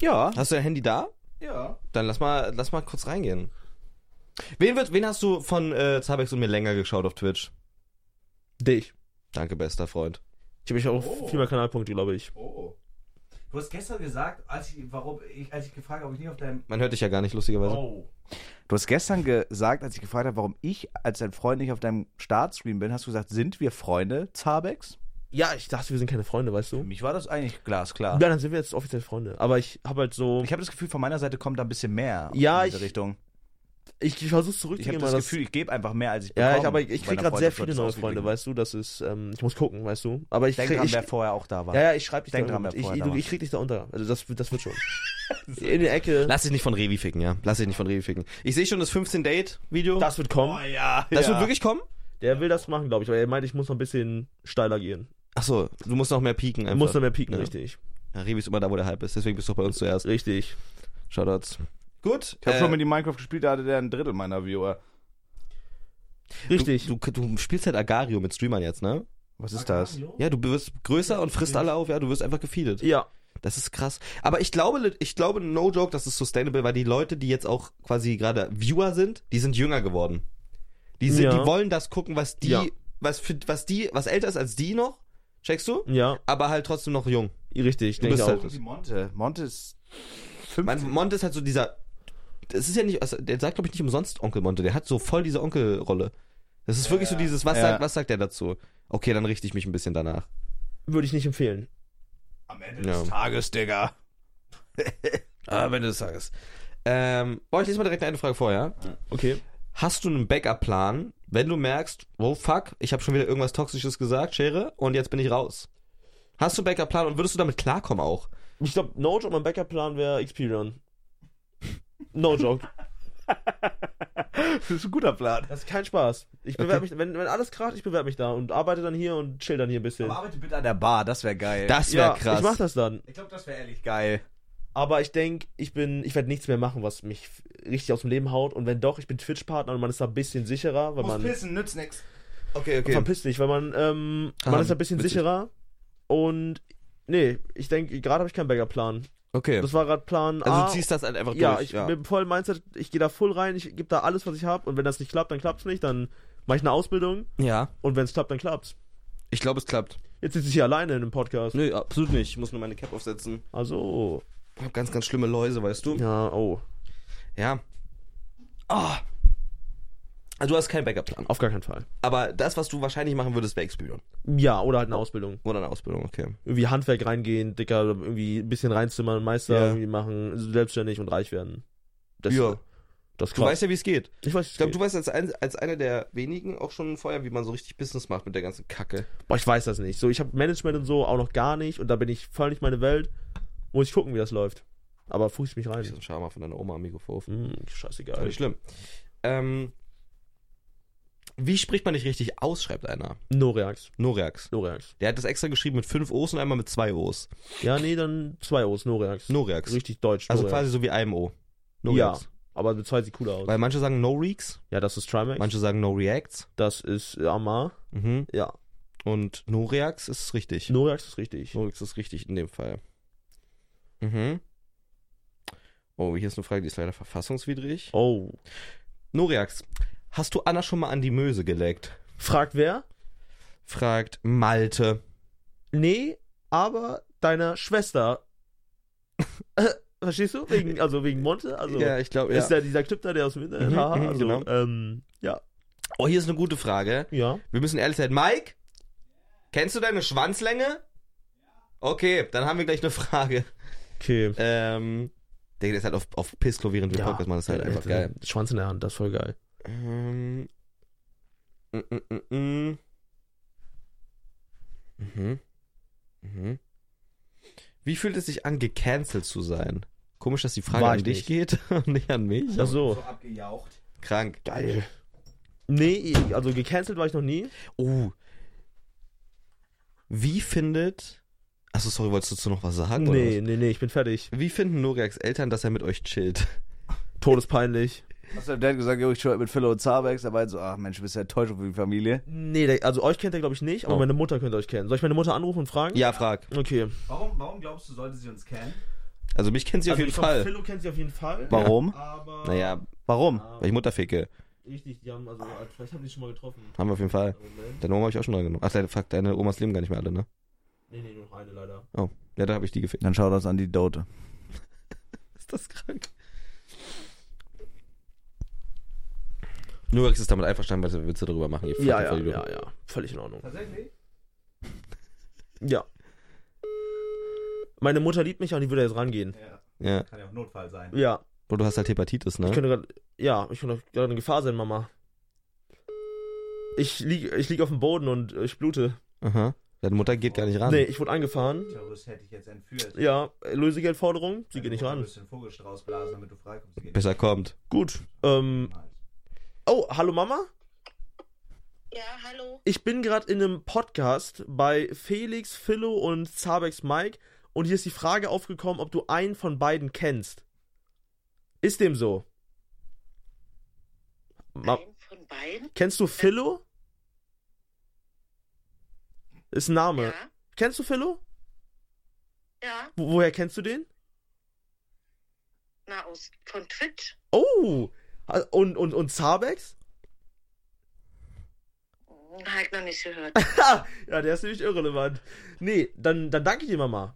Ja. Hast du dein Handy da? Ja. Dann lass mal, lass mal kurz reingehen. Wen, wird, wen hast du von äh, Zabex und mir länger geschaut auf Twitch? Dich. Danke, bester Freund. Ich habe mich auch Oh. viel mehr Kanalpunkte, glaube ich. Oh. Du hast gestern gesagt, als ich, warum, ich, als ich gefragt habe, ob ich nicht auf deinem. Man hört dich ja gar nicht, lustigerweise. Oh. Du hast gestern gesagt, als ich gefragt habe, warum ich als dein Freund nicht auf deinem Startstream bin, hast du gesagt, sind wir Freunde, Zabex? Ja, ich dachte, wir sind keine Freunde, weißt Für du? mich war das eigentlich glasklar. Ja, dann sind wir jetzt offiziell Freunde. Aber ich habe halt so. Ich habe das Gefühl, von meiner Seite kommt da ein bisschen mehr Ja, in diese ich- Richtung. Ich, ich Ich versuche habe zurückzugeben, das aber Gefühl, ich gebe einfach mehr, als ich bekomme. Ja, ich, aber ich, ich Bei krieg einer gerade sehr Freundschaft viele ist neue das Freunde, ausgeglichen. weißt du? Das ist, ähm, ich muss gucken, weißt du? Aber ich Denk krieg- dran, ich, wer vorher auch da war. Ja, ja, ich schreib dich Denk da dran, wer mit. Ich, vorher ich, da du, war. ich krieg dich da unter. Also das, wird- das wird schon. In die Ecke. Lass dich nicht von Revi ficken, ja. Lass dich nicht von Revi ficken. Ich sehe schon das 15-Date-Video. Das wird kommen. ja. das wird wirklich kommen? Oh, Der will das machen, glaube ich. Weil er meint, ich muss noch ein bisschen steiler gehen. Achso, du musst noch mehr pieken Er einfach. muss noch mehr pieken, Ja. richtig. Ja, Revi ist immer da, wo der Hype ist. Deswegen bist du auch bei uns zuerst. Richtig. Shoutouts. Gut. Äh. äh, Ich habe schon mit ihm Minecraft gespielt, da hatte der ein Drittel meiner Viewer. Richtig. Du, du, du spielst halt Agario mit Streamern jetzt, ne? Was ist das? Ja, du wirst größer und frisst alle auf, ja, du wirst einfach gefeedet. ja. Das ist krass. Aber ich glaube, ich glaube, no joke, das ist sustainable, weil die Leute, die jetzt auch quasi gerade Viewer sind, die sind jünger geworden. Die, sind, Ja. die wollen das gucken, was die, Ja. was, für, was die, was älter ist als die noch, checkst du? Ja, Aber halt trotzdem noch jung. richtig. Ich denke bist auch. halt- Wie Monte. Monte ist Man, Monte ist halt so dieser, das ist ja nicht, also der sagt glaube ich nicht umsonst Onkel Monte, der hat so voll diese Onkelrolle. Das ist wirklich so dieses, was Ja. sagt, was sagt der dazu? Okay, dann richte ich mich ein bisschen danach. Würde ich nicht empfehlen. am Ende Ja. des Tages, Digga. Ah, wenn du das sagst. Ähm, boah, ich lese mal direkt eine Frage vor, ja? Okay. Hast du einen Backup-Plan, wenn du merkst, oh fuck, ich habe schon wieder irgendwas Toxisches gesagt, Schere, und jetzt bin ich raus? Hast du einen Backup-Plan und würdest du damit klarkommen auch? Ich glaube, no joke, mein Backup-Plan wäre Xperion. No joke. Das ist ein guter Plan. Das ist kein Spaß. Ich bewerbe mich, wenn, wenn alles kracht, ich bewerbe mich da und arbeite dann hier und chill dann hier ein bisschen. Aber arbeite bitte an der Bar, das wäre geil. Das wäre ja, krass. ich mach das dann. ich glaube, das wäre ehrlich geil. Aber ich denke, ich bin, ich werde nichts mehr machen, was mich f- richtig aus dem Leben haut. Und wenn doch, ich bin Twitch-Partner und man ist da ein bisschen sicherer, weil man pissen, nützt nix. Okay, okay. verpisst dich, weil man, ähm, Ah, man ist da ein bisschen witzig. sicherer. Und nee, ich denke, gerade habe ich keinen Backup-Plan. Okay. Das war gerade Plan Also A. du ziehst das halt einfach ja, durch. ich bin im vollen Mindset, ich gehe da voll rein, ich gebe da alles, was ich habe und wenn das nicht klappt, dann klappt's nicht, dann mache ich eine Ausbildung ja. und wenn es klappt, dann klappt's. Ich glaube, es klappt. Jetzt sitze ich hier alleine in einem Podcast. Nö, absolut nicht. Ich muss nur meine Cap aufsetzen. Also, Ich habe ganz, ganz schlimme Läuse, weißt du? ja, oh, Ja. Ah. Also du hast keinen Backup-Plan. auf gar keinen Fall. Aber das, was du wahrscheinlich machen würdest, wäre Experion. Ja, Oh. oder halt eine Ausbildung. Oder eine Ausbildung, okay. Irgendwie Handwerk reingehen, dicker, irgendwie ein bisschen reinzimmern, Meister Ja. irgendwie machen, selbstständig und reich werden. Das, Ja. das ist Du krass. weißt ja, wie es geht. ich weiß, Ich glaube, du weißt als, ein, als einer der wenigen auch schon vorher, wie man so richtig Business macht mit der ganzen Kacke. Boah, ich weiß das nicht. So, ich habe Management und so auch noch gar nicht und da bin ich voll nicht meine Welt. Muss ich gucken, wie das läuft. Aber fuß ich mich Das ist rein. ein Schama von deiner Oma am Mikrofon. Hm, Ist scheißegal. Nicht schlimm. Ähm, wie spricht man dich richtig aus, schreibt einer. No Reacts. Noreax. No Reacts. Der hat das extra geschrieben mit fünf O's und einmal mit zwei O's. Ja, nee, dann zwei O's, no Reacts. Noreax. Richtig deutsch. Also no quasi so wie einem O. Ja. Noreax. Aber mit zwei sieht cooler aus. Weil manche sagen No Reeks, Ja, das ist Trimax. manche sagen No Reacts. Das ist äh, Amar. Mhm. Ja. Und No Reacts ist richtig. No Reacts ist richtig. Norix ist richtig in dem Fall. Mhm. Oh, hier ist eine Frage, die ist leider verfassungswidrig. Oh. Noriax, hast du Anna schon mal an die Möse geleckt? Fragt wer? Fragt Malte. Nee, aber deiner Schwester. Verstehst du? Wegen, also wegen Monte? Also ich glaube, ist ja dieser Typ da, der aus dem Internet. Mhm, haha, mhm, also, genau. ähm, ja. Oh, hier ist eine gute Frage. Ja. Wir müssen ehrlich sein. Mike, kennst du deine Schwanzlänge? Okay, dann haben wir gleich eine Frage. Okay. Ähm, der ist halt auf, auf Pissklo, während wir ja. Podcast machen. Das ist halt Äh, einfach äh, geil. Schwanz in der Hand, das ist voll geil. Ähm. Mm, mm, mm, mm. Mhm. Mhm. Wie fühlt es sich an, gecancelt zu sein? Komisch, dass die Frage War an ich dich geht und nicht an mich. Ach so. abgejaucht. Krank. Geil. Nee, also gecancelt war ich noch nie. Oh. Wie findet. Achso, sorry, wolltest du dazu noch was sagen? oder Nee, nee, nee, ich bin fertig. was? Wie finden Noriaks Eltern, dass er mit euch chillt? Todespeinlich. Hast du deinem Dad gesagt, jo, ich chill halt mit Philo und Zabex? Er meinte so, ach Mensch, du bist ja enttäuscht für die Familie. Nee, der, also euch kennt er, glaube ich, nicht, aber Oh. meine Mutter könnte euch kennen. Soll ich meine Mutter anrufen und fragen? Ja, frag. Okay. Warum, warum glaubst du, sollte sie uns kennen? Also, mich kennt sie auf jeden Fall. Philo kennt sie auf jeden Fall. Warum? Aber. Naja, Warum? weil ich Mutter ficke. Richtig, die haben, also, vielleicht haben die schon mal getroffen. Haben wir auf jeden Fall. Moment. Deine Oma habe ich auch schon dran genommen. Ach, deine, fuck, deine Omas leben gar nicht mehr alle, ne? Nee, nee, nur noch eine leider. Ja, da habe ich die gefickt. Dann schaut das an die Dote. Ist das krank? Nurex ist damit einverstanden, weil wir Witze darüber machen. Ihr Ja, fucking ja, Vollidioten. ja, ja. Völlig in Ordnung. Tatsächlich? Ja. Meine Mutter liebt mich und die würde jetzt rangehen. Ja, ja. kann ja auch Notfall sein. Ja. Und du hast halt Hepatitis, ne? Ich könnte gerade. Ja, ich könnte gerade in Gefahr sein, Mama. Ich lieg, ich lieg auf dem Boden und äh, ich blute. Aha. Deine Mutter geht gar nicht ran. Nee, ich wurde angefahren. Terrorist hätte ich jetzt entführt. Ja, Lösegeldforderung, sie geht nicht Du ran. musst den Vogelstrauß blasen, damit du freikommst. Sie geht Besser kommt. Gut. Ähm, oh, hallo Mama? Ja, hallo. Ich bin gerade in einem Podcast bei Felix, Philo und Zabex Mike und hier ist die Frage aufgekommen, ob du einen von beiden kennst. Ist dem so? Ma Einem von beiden? Kennst du Philo? Ist ein Name. Ja. Kennst du Philo? Ja. Wo, woher kennst du den? Na, aus, von Twitch? Oh! Und, und, und Zabex? Hab ich noch nicht gehört. Ha! Ja, der ist nämlich irrelevant. Nee, dann, dann danke ich dir mal.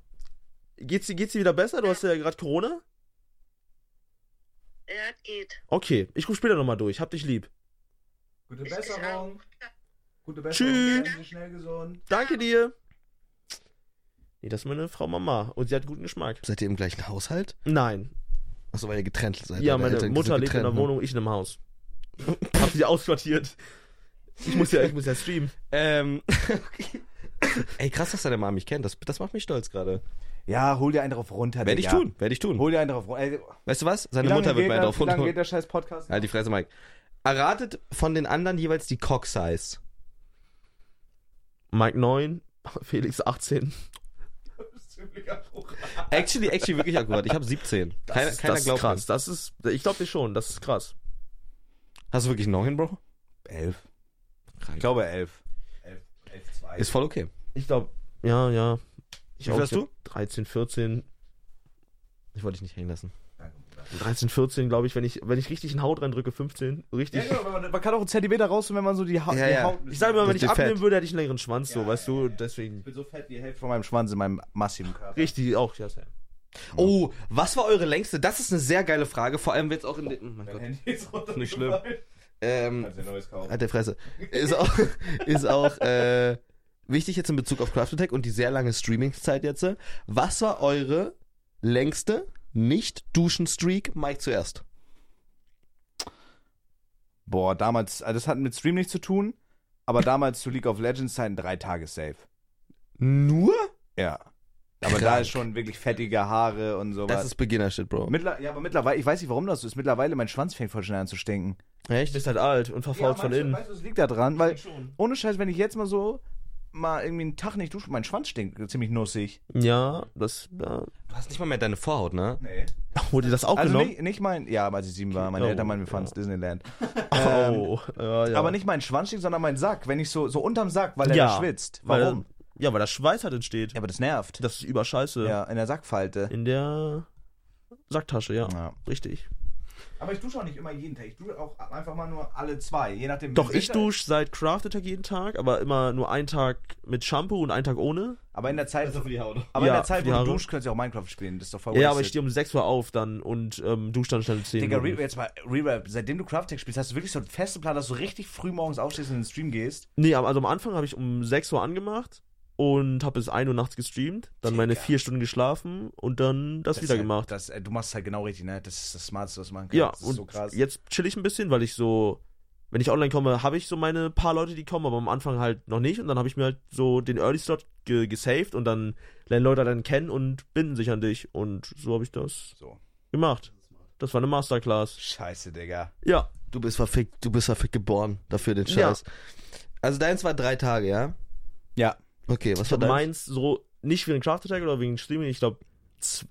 Geht's, dir- geht's dir wieder besser? Du hast ja gerade Corona? ja, das geht. Okay, ich rufe später nochmal durch. Hab dich lieb. Gute Ich dich Besserung. auch. Gute Besserung. Tschüss. Bleiben Sie schnell gesund. Danke dir. Nee, das ist meine Frau Mama. Und sie hat guten Geschmack. Seid ihr im gleichen Haushalt? Nein. Achso, weil ihr getrennt seid. Ja, eure meine Eltern sind Mutter lebt in getrennt, der ne? Wohnung, ich in einem Haus. Hab sie ausquartiert. Ich muss ja, ich muss ja streamen. Ähm, okay. Ey, krass, dass deine Mama mich kennt. Das, das macht mich stolz gerade. Ja, hol dir einen drauf runter. Werde ich Digga. tun, werde ich tun. Hol dir einen drauf runter. Ey, Weißt du was? wie Seine lange Mutter wird geht mir der- einen drauf Wie lange geht runterholen. der scheiß Podcast? Halt die Fresse, Mike. Erratet von den anderen jeweils die Cock-Size. Mike 9, Felix 18. Actually, actually, wirklich akkurat. Ich habe 17. Keiner, das, keiner das ist glaubt krass. mir. Das ist, ich glaube dir schon, das ist krass. Hast du wirklich 9, Bro? Elf. Krank. Ich glaube elf. Elf, elf, zwei. Ist voll okay. Oh, Ich glaube, ja, ja. Wie Ich viel glaub, hast ich du? hab 13, 14. Ich wollte dich nicht hängen lassen. 13, 14, glaube ich, wenn ich, wenn ich richtig einen Haut reindrücke, 15. Richtig. Ja, genau, aber man, man kann auch einen Zentimeter raus, wenn man so die, ha Ja, die ja. Haut. Ich sage mal, Das wenn ich ist abnehmen fett. würde, hätte ich einen längeren Schwanz, so, weißt du, deswegen. bin so fett wie die Hälfte von meinem Schwanz in meinem massiven Körper. Richtig, auch, ja, Sam. Oh, was war eure längste? Das ist eine sehr geile Frage. Vor allem, wenn es auch in den. Oh mein Gott. Handy ist runter. Nicht schlimm. Ähm, Kannst dir ein neues kaufen. Hat der Fresse. Ist auch, ist auch äh, wichtig jetzt in Bezug auf Craft Attack und die sehr lange Streamingzeit jetzt. Was war eure längste Nicht-Duschen-Streak? Mike zuerst. Boah, damals, also das hat mit Stream nichts zu tun, aber damals zu League of Legends Zeiten drei Tage safe. Nur? Ja. Aber da Krank. ist schon wirklich fettige Haare und sowas. Das ist Beginner-Shit, Bro. Mittler ja, aber mittlerweile, ich weiß nicht, warum das so ist. Mittlerweile, mein Schwanz fängt voll schnell an zu stinken. Du bist halt alt und verfault von innen. Weißt du, es liegt da dran, weil Schon. ohne Scheiß, wenn ich jetzt mal so mal irgendwie einen Tag nicht dusche, mein Schwanz stinkt ziemlich nussig. Ja, das. Ja. Du hast nicht mal mehr deine Vorhaut, ne? Nee. Wurde das auch Also genommen? nicht, nicht mein, ja, aber als ich sieben war, meine Oh, Eltern meinen, wir ja. fahren ins Disneyland. oh, ja, ja. ähm, Aber nicht mein Schwanz stinkt, sondern mein Sack, wenn ich so, so unterm Sack, weil er Ja, da schwitzt. Weil- Warum? ja, weil das Schweiß halt entsteht. ja, aber das nervt. Das ist überscheiße. Ja, in der Sackfalte. In der Sacktasche, ja. Ja. Richtig. Aber ich dusche auch nicht immer jeden Tag. Ich dusche auch einfach mal nur alle zwei, je nachdem. Doch, ich dusche seit Craft Attack jeden Tag, aber immer nur einen Tag mit Shampoo und einen Tag ohne. Aber in der Zeit, Also für die Haut. aber Ja, in der Zeit wo für die du Haare. duschst, könntest du auch Minecraft spielen. Das ist doch voll ja, aber wasted. ich stehe um 6 Uhr auf dann und ähm, dusche dann schnell um 10 Digga, Uhr. re jetzt mal Rewrap. Seitdem du Craft Tech spielst, hast du wirklich so einen festen Plan, dass du richtig früh morgens aufstehst und in den Stream gehst. Nee, aber also am Anfang habe ich um 6 Uhr angemacht und habe bis 1 Uhr nachts gestreamt, dann meine Digga. 4 Stunden geschlafen und dann das, ist wieder halt, gemacht. Das, äh, du machst es halt genau richtig, ne? Das ist das Smarteste, was man kann. ja, das ist und so krass. jetzt chill ich ein bisschen, weil ich so, wenn ich online komme, habe ich so meine paar Leute, die kommen, aber am Anfang halt noch nicht und dann habe ich mir halt so den Early Slot ge gesaved und dann lernen Leute dann kennen und binden sich an dich und so habe ich das So. gemacht. Das war eine Masterclass. Scheiße, Digga. Ja, Du bist verfickt, du bist verfickt geboren dafür den Ja. Scheiß. Also deins war drei Tage, ja? Ja. Okay, was ich war hab deins? meins so nicht wegen Craft Attack oder wegen Streaming, ich glaube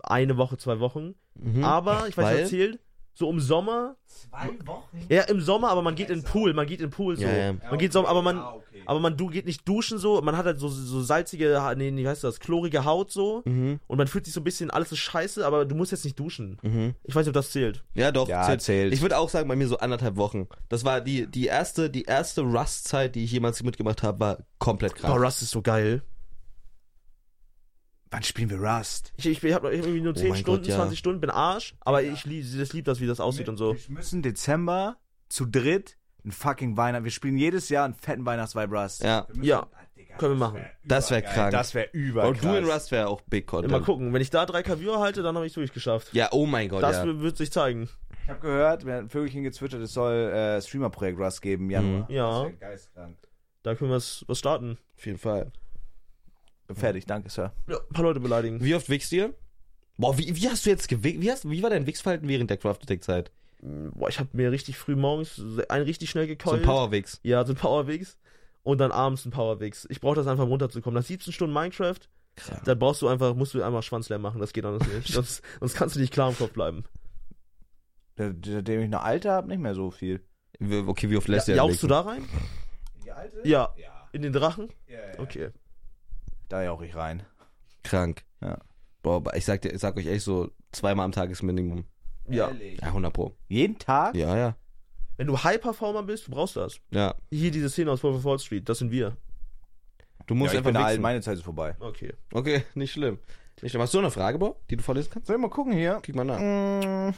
eine Woche, zwei Wochen. Mhm. Aber, ich weiß Weil? nicht, erzählt, so im Sommer. Zwei Wochen? Ja, im Sommer, aber man geht in den Pool, man geht in den Pool so. Ja, ja. Man geht so, aber man, Ah, okay. aber man du, geht nicht duschen so, man hat halt so, so salzige, Ha- nee, wie heißt das, chlorige Haut so. Mhm, Und man fühlt sich so ein bisschen, alles ist scheiße, aber du musst jetzt nicht duschen. mhm. Ich weiß nicht, ob das zählt. Ja, doch. Ja, zählt. Ich würde auch sagen, bei mir so anderthalb Wochen. Das war die, die erste, die erste Rust-Zeit, die ich jemals mitgemacht habe, war komplett krass. Boah, Rust ist so geil. Wann spielen wir Rust? Ich, ich, ich habe hab irgendwie nur 10 mein Stunden, Gott, ja. 20 Stunden, bin Arsch, aber ich lieb, das lieb das, wie das aussieht und so. Wir müssen Dezember zu dritt ein fucking Weihnachten. Wir spielen jedes Jahr einen fetten Weihnachtsvibe Rust. Ja. Wir müssen- Ja, Ah, Digga, können wir das machen. wär Das wär übergeil. krank. Das wäre über. Und du in Rust wäre auch Big Content. Mal gucken, wenn ich da drei Kaviar halte, dann habe ich durchgeschafft. Ja, oh mein Gott, das ja. wi- wird sich zeigen. Ich habe gehört, wir haben Vögelchen gezwittert, es soll äh, Streamer-Projekt Rust geben, im Januar. Mhm. Ja. Das wär geistkrank. Da können wir was was starten. Auf jeden Fall. Bin fertig, danke, Sir. Ja, ein paar Leute beleidigen. Wie oft wichst ihr? Boah, wie, wie hast du jetzt gewichst? Wie, hast- wie war dein Wichsverhalten während der Craft Attack Zeit? Boah, ich habe mir richtig früh morgens einen richtig schnell So gekeult. ein Powerwix. Ja, so ein Powerwigs. Und dann abends ein Powerwigs. Ich brauche das einfach, um runterzukommen. Nach 17 Stunden Minecraft, dann brauchst du einfach, musst du einmal Schwanz leer machen. Das geht anders nicht. sonst, sonst kannst du nicht klar im Kopf bleiben. Da- Seitdem ich eine alte habe, nicht mehr so viel. Wir- Okay, wie oft lässt Ja, er jauchst du da rein? Die alte? Ja. Ja. In den Drachen? ja, Okay. Da jauch ich rein. Krank. Ja. Boah, aber ich sag, dir, ich sag euch echt so, zweimal am Tag ist Minimum. Ja. Ja, 100 pro. Jeden Tag? Ja, ja. Wenn du High-Performer bist, du brauchst das. Ja. Hier diese Szene aus Wolf of Wall Street, das sind wir. Du musst ja, ich einfach bin alt, wichsen. meine Zeit ist vorbei. Okay. Okay, nicht schlimm. Nicht schlimm. Hast du noch eine Frage, Bob, die du vorlesen kannst? Soll ich mal gucken hier? Kick mal nach. Mm,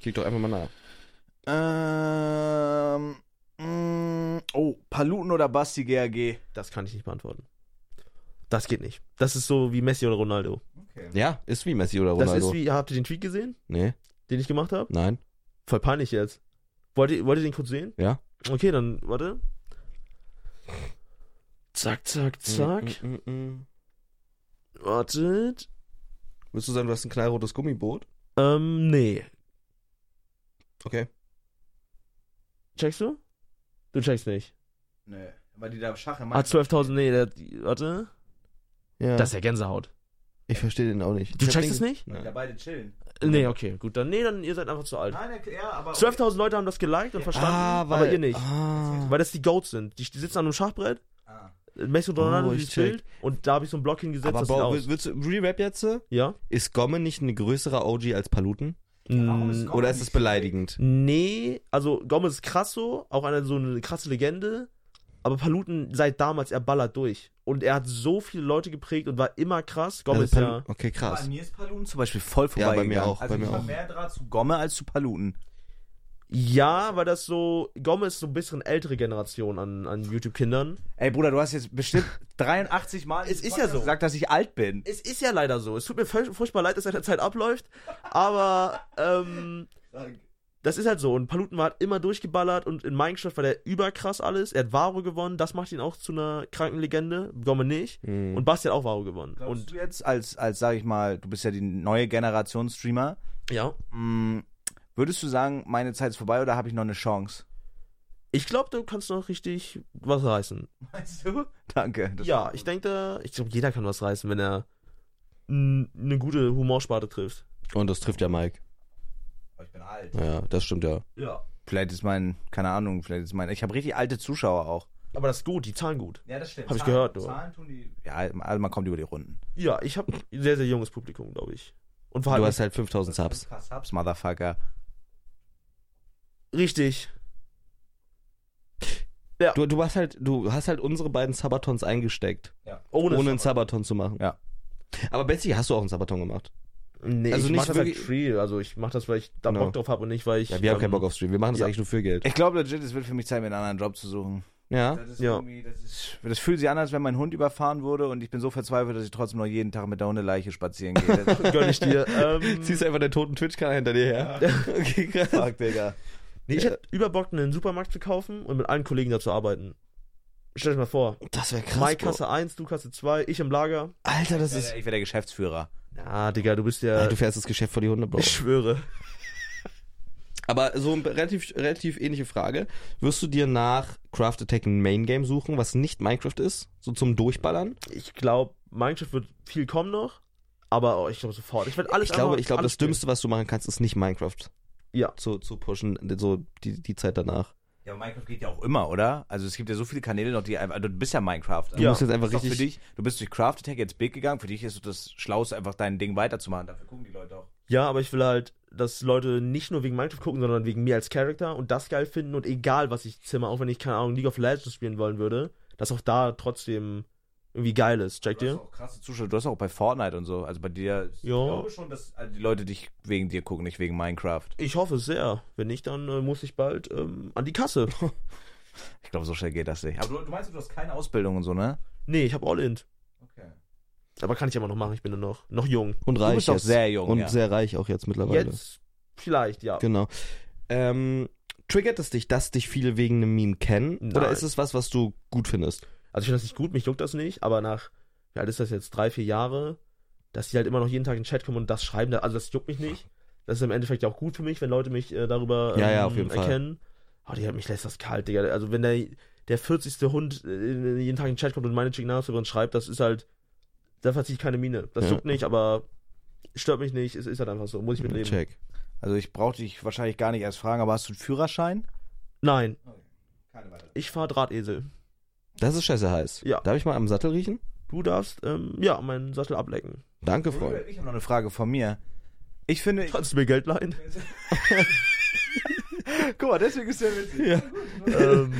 Kick doch einfach mal nach. ähm, mm, oh, Paluten oder Basti GRG? Das kann ich nicht beantworten. Das geht nicht. Das ist so wie Messi oder Ronaldo. Ja, ist wie Messi oder Das Ronaldo. ist wie, habt ihr den Tweet gesehen, nee, den ich gemacht habe? nein. Voll peinlich jetzt. Wollt ihr, wollt ihr den kurz sehen? Ja. Okay, dann warte. Zack, zack, zack. Mm, mm, mm. Wartet. Willst du sagen, du hast ein knallrotes Gummiboot? Ähm, nee. Okay. Checkst du? Du checkst nicht. Nö, weil die da Schach Ah, 12.000, nee, der, warte. Ja. Das ist ja Gänsehaut. ich verstehe den auch nicht. Ah, Du checkst es nicht? Da beide chillen. Nee, okay, gut. Dann, nee, dann ihr seid einfach zu alt. Nein, ja, aber. 12.000 Leute haben das geliked und verstanden, Ah, weil, aber ihr nicht. Ah, Weil das die Goats sind. Die, die sitzen an einem Schachbrett, Ah. Messi und Ronaldo, Oh, ich dieses check. Bild, und da habe ich so einen Block hingesetzt, aber das sieht Bo, aus. willst, willst du Re-Rap jetzt? äh? Ja? Ist Gomme nicht eine größere OG als Paluten? Warum ist Mm, Gomme Oder ist das beleidigend? Nee, also Gomez ist krass so, auch eine so eine krasse Legende, aber Paluten seit damals, er ballert durch. Und er hat so viele Leute geprägt und war immer krass. Gomez Also ja. Palu- Okay, krass. Bei mir ist Paluten zum Beispiel voll vorbei. Ja, bei mir auch, Also bei mir ich war auch. mehr Draht zu Gomme als zu Paluten. Ja, weil das so, Gomez ist so ein bisschen ältere Generation an, an YouTube-Kindern. Ey, Bruder, du hast jetzt bestimmt 83 Mal in Es diesem ist ja Podcast so. gesagt, dass ich alt bin. Es ist ja leider so. Es tut mir furch- furchtbar leid, dass seine Zeit abläuft, aber ähm, das ist halt so. Und Paluten war halt immer durchgeballert und in Minecraft war der überkrass alles. Er hat Varo gewonnen, das macht ihn auch zu einer kranken Legende. Gomez nicht. Mhm. Und Basti hat auch Varo gewonnen. Und Und du jetzt als, als sag ich mal, du bist ja die neue Generation Streamer, ja. mh, würdest du sagen, meine Zeit ist vorbei oder habe ich noch eine Chance? Ich glaube, du kannst noch richtig was reißen. Weißt du? Danke. das ja, war ich gut. denke da, ich glaube, jeder kann was reißen, wenn er n- eine gute Humorsparte trifft. Und das trifft ja Mike. Aber ich bin alt. Ja, das stimmt ja. Ja. Vielleicht ist mein, keine Ahnung, vielleicht ist mein, ich habe richtig alte Zuschauer auch. Aber das ist gut, die zahlen gut. Ja, das stimmt. Hab ich Zahlen- gehört, du. Zahlen tun die. Ja, also man kommt über die Runden. Ja, ich habe ein sehr, sehr junges Publikum, glaube ich. Und vor Du allem hast halt 5000 Subs. Subs, Motherfucker. richtig. Du, du, hast halt, du hast halt unsere beiden Sabatons eingesteckt, Ohne, ohne, einen Sabaton zu machen. Ja. Aber Betsy, hast du auch einen Sabaton gemacht? Nee, Also ich nicht mach das halt wirklich- free. Also ich mach das, weil ich da Genau. Bock drauf habe und nicht, weil ich. Ja, wir haben keinen ähm, Bock auf Stream. Wir machen das ja. eigentlich nur für Geld. Ich glaube legit, es wird für mich Zeit, mir einen anderen Job zu suchen. Ja. Das ist Ja. irgendwie, das ist. Das fühlt sich an, als wenn mein Hund überfahren wurde und ich bin so verzweifelt, dass ich trotzdem noch jeden Tag mit der Hundeleiche spazieren gehe. Das- Gönn ich dir. Ähm, Ziehst einfach den toten Twitch-Kanal hinter dir her. Okay, krass. Fuck, Digga. nee, ich hätte überbockt, einen Supermarkt zu kaufen und mit allen Kollegen da zu arbeiten. Stell dir mal vor. Das wäre krass. Mai Bro. Kasse 1, du Kasse 2, ich im Lager. Alter, das ist. Ich wäre der Geschäftsführer. Na, Digga, du bist ja. Nein, du fährst das Geschäft vor die Hunde, Bro. ich schwöre. Aber so eine relativ, relativ ähnliche Frage. Wirst du dir nach Craft Attack ein Main Game suchen, was nicht Minecraft ist? So zum Durchballern? Ich glaube, Minecraft wird viel kommen noch, aber oh, ich glaube sofort. Ich werde alles Ich glaube, einfach ich glaube das anspielen. Dümmste, was du machen kannst, ist nicht Minecraft Ja. zu, zu pushen, so die, die Zeit danach. Ja, aber Minecraft geht ja auch immer, oder? Also es gibt ja so viele Kanäle noch, die einfach. also Du bist ja Minecraft. Du Ja. musst jetzt einfach Ist doch für richtig. dich, du bist durch Craft Attack jetzt big gegangen, für dich ist so das Schlauste, einfach dein Ding weiterzumachen. Dafür gucken die Leute auch. Ja, aber ich will halt, dass Leute nicht nur wegen Minecraft gucken, sondern wegen mir als Charakter und das geil finden und egal, was ich zimmer, auch wenn ich, keine Ahnung, League of Legends spielen wollen würde, dass auch da trotzdem irgendwie geil ist. Checkt Du hast ihr? auch krasse Zuschauer, du hast auch bei Fortnite und so. Also bei dir, ich Ja. glaube schon, dass also die Leute dich wegen dir gucken, nicht wegen Minecraft. Ich hoffe es sehr. Wenn nicht, dann äh, muss ich bald ähm, an die Kasse. Ich glaube, so schnell geht das nicht. Aber du, du meinst, du hast keine Ausbildung und so, ne? nee, ich habe All-In. Okay. Aber kann ich immer noch machen, ich bin ja noch, noch jung. Und reich. Du bist doch jetzt. sehr jung. Und ja. sehr reich auch jetzt mittlerweile. Jetzt vielleicht, ja. Genau. Ähm, triggert es dich, dass dich viele wegen einem Meme kennen? Nein. Oder ist es was, was du gut findest? Also ich finde das nicht gut, mich juckt das nicht, aber nach, wie alt ist das jetzt, drei, vier Jahre, dass die halt immer noch jeden Tag in den Chat kommen und das schreiben, da- also das juckt mich nicht. Das ist im Endeffekt ja auch gut für mich, wenn Leute mich äh, darüber Ja, ja, auf jeden Fall. erkennen. Aber die hat mich lässt das kalt, Digga. Also wenn der, der 40. Hund äh, jeden Tag in den Chat kommt und meine Chicken Nuggets über uns schreibt, das ist halt, da verziehe ich keine Miene. Das Ja. juckt nicht, aber stört mich nicht, es ist halt einfach so, muss ich mit leben. Check. Also ich brauche dich wahrscheinlich gar nicht erst fragen, aber hast du einen Führerschein? Nein, Keine weiter. ich fahr Drahtesel. Das ist scheiße heiß. Ja. Darf ich mal am Sattel riechen? Du darfst, ähm, ja, meinen Sattel ablecken. Danke, Freund. Ich habe noch eine Frage von mir. Ich finde, Kannst du mir Geld leihen? guck mal, deswegen ist der witzig. ähm,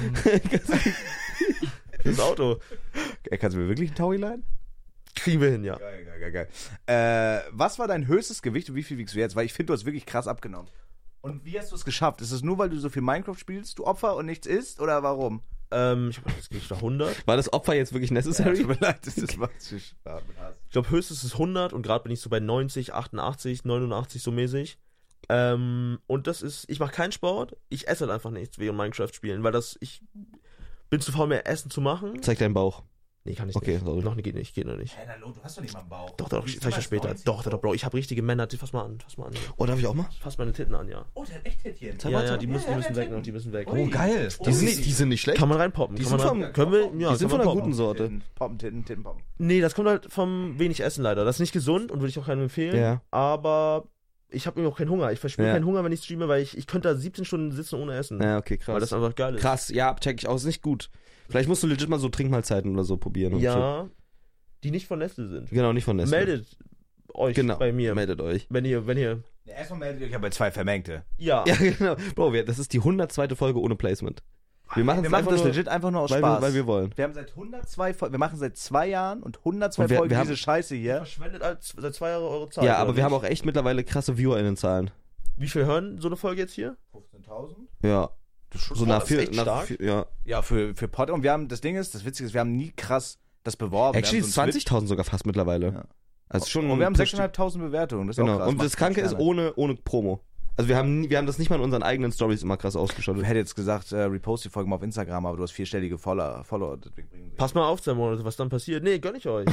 das Auto. Ey, kannst du mir wirklich einen Taui leihen? Kriegen wir hin, ja. Geil, geil, geil, geil. Äh, was war dein höchstes Gewicht und wie viel wiegst du jetzt? Weil ich finde, du hast wirklich krass abgenommen. Und wie hast du es geschafft? Ist es nur, weil du so viel Minecraft spielst, du Opfer und nichts isst? Oder warum? Ähm, ich glaube, das geht da 100. War das Opfer jetzt wirklich necessary? Tut mir leid, das ist was Ah, Ich glaube, höchstens ist 100 und gerade bin ich so bei 90, 88, 89 so mäßig. Ähm, und das ist, ich mache keinen Sport, ich esse halt einfach nichts während Minecraft spielen, weil das, ich bin zu faul, mehr Essen zu machen. Zeig deinen Bauch. Nee, kann ich Okay, nicht. sorry. Noch nicht, geht nicht, geht noch nicht. Hey, hallo, du hast doch nicht mal einen Bauch. Doch, doch, zeig ich dir später. Doch, doch, doch, Bro, ich habe richtige Männer. Fass mal an, fass mal an. Oh, darf ich auch mal? Fass meine Titten an, ja. Oh, der hat echt Hätchen. Zeig Ja, mal, ja, zeig die mal. müssen, die müssen weg ne? noch, die müssen weg. Oh, geil. Die sind, nicht, die sind nicht schlecht. Kann man reinpoppen. Die kann sind man vom- rein, können wir, ja, die sind von kann man einer poppen. guten Sorte. Poppen, Titten, Titten, Poppen. Nee, das kommt halt vom wenig Essen leider. Das ist nicht gesund und würde ich auch keinem empfehlen. Ja. Aber ich habe mir auch keinen Hunger. Ich verspüre Ja. keinen Hunger, wenn ich streame, weil ich, ich könnte da 17 Stunden sitzen ohne Essen. Ja, okay, krass. Weil das einfach geil ist. krass, ja, check ich aus. Ist nicht gut. Vielleicht musst du legit mal so Trinkmahlzeiten oder so probieren. und Ja, die nicht von Nestle sind. shit. Genau, nicht von Nestle. Meldet euch genau. bei mir. Meldet euch. Wenn ihr, wenn ihr. Ja, Ne, erstmal meldet ihr euch aber zwei Vermengte. Ja. Ja, genau. Bro, wir, das ist die 102. Folge ohne Placement. Wir machen Wir es machen einfach das nur, legit einfach nur aus weil, wir, Spaß. weil wir wollen. wir haben seit 102 Folgen, wir machen seit zwei Jahren und 102 Und wir- Folgen wir haben- diese Scheiße hier. Verschwendet als, seit zwei Jahren eure Zeit. Ja, oder aber wir nicht? haben auch echt mittlerweile krasse ViewerInnen-Zahlen. Wie viel hören so eine Folge jetzt hier? 15.000? Ja. So nach das ist vier, echt nach stark. vier, ja. Ja, für, für Pod. Und wir haben, das Ding ist, das Witzige ist, wir haben nie krass das beworben. Actually wir haben so einen 20.000 sogar fast mittlerweile. Ja. Also schon Und wir haben ein paar Stück. 6.500 Bewertungen. Das ist auch Genau. krass. Und Macht das Kranke fünf ist Sterne. ohne, ohne Promo. Also wir haben, nie- wir haben das nicht mal in unseren eigenen Stories immer krass Ich ausgeschottet. hätte jetzt gesagt, äh, repost die Folge mal auf Instagram, aber du hast vierstellige Follower. Follower deswegen bringen sie- Pass mal auf, zwei Monate, was dann passiert. Nee, gönn ich euch.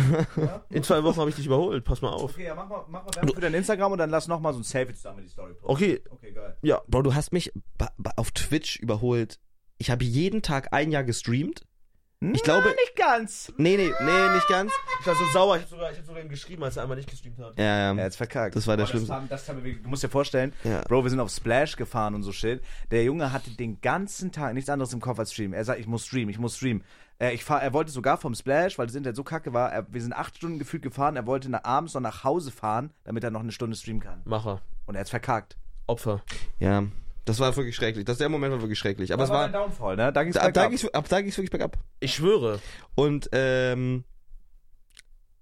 In zwei Wochen habe ich dich überholt. Pass mal auf. Okay, ja, mach mal, mach mal Werbung für dein Instagram und dann lass nochmal so ein Selfie zusammen in die Story posten. Okay, Okay, geil. ja. Bro, du hast mich ba- ba- auf Twitch überholt. Ich habe jeden Tag ein Jahr gestreamt. Ich glaube, Nicht ganz. nee, nee, nee, nicht ganz. Ich war so sauer, ich habe sogar, ich hab sogar ihm geschrieben, als er einmal nicht gestreamt hat. Ja, Ja, ja. jetzt verkackt. Das war der Boah, Schlimmste. haben- das haben wir, du musst dir vorstellen, Ja. Bro, wir sind auf Splash gefahren und so Shit. Der Junge hatte den ganzen Tag nichts anderes im Kopf als streamen. Er sagt, ich muss streamen, ich muss streamen. Äh, ich fahr, er wollte sogar vom Splash, weil das Internet so kacke war, er, wir sind acht Stunden gefühlt gefahren, er wollte nach, abends noch nach Hause fahren, damit er noch eine Stunde streamen kann. Macher, Und er hat's verkackt. Opfer. Ja. Das war wirklich schrecklich. Das, der Moment war wirklich schrecklich. Aber es ein war, Downfall, ne? Da ging's ab da bergab. ging's, ab da ging's wirklich bergab. Ich schwöre. Und ähm,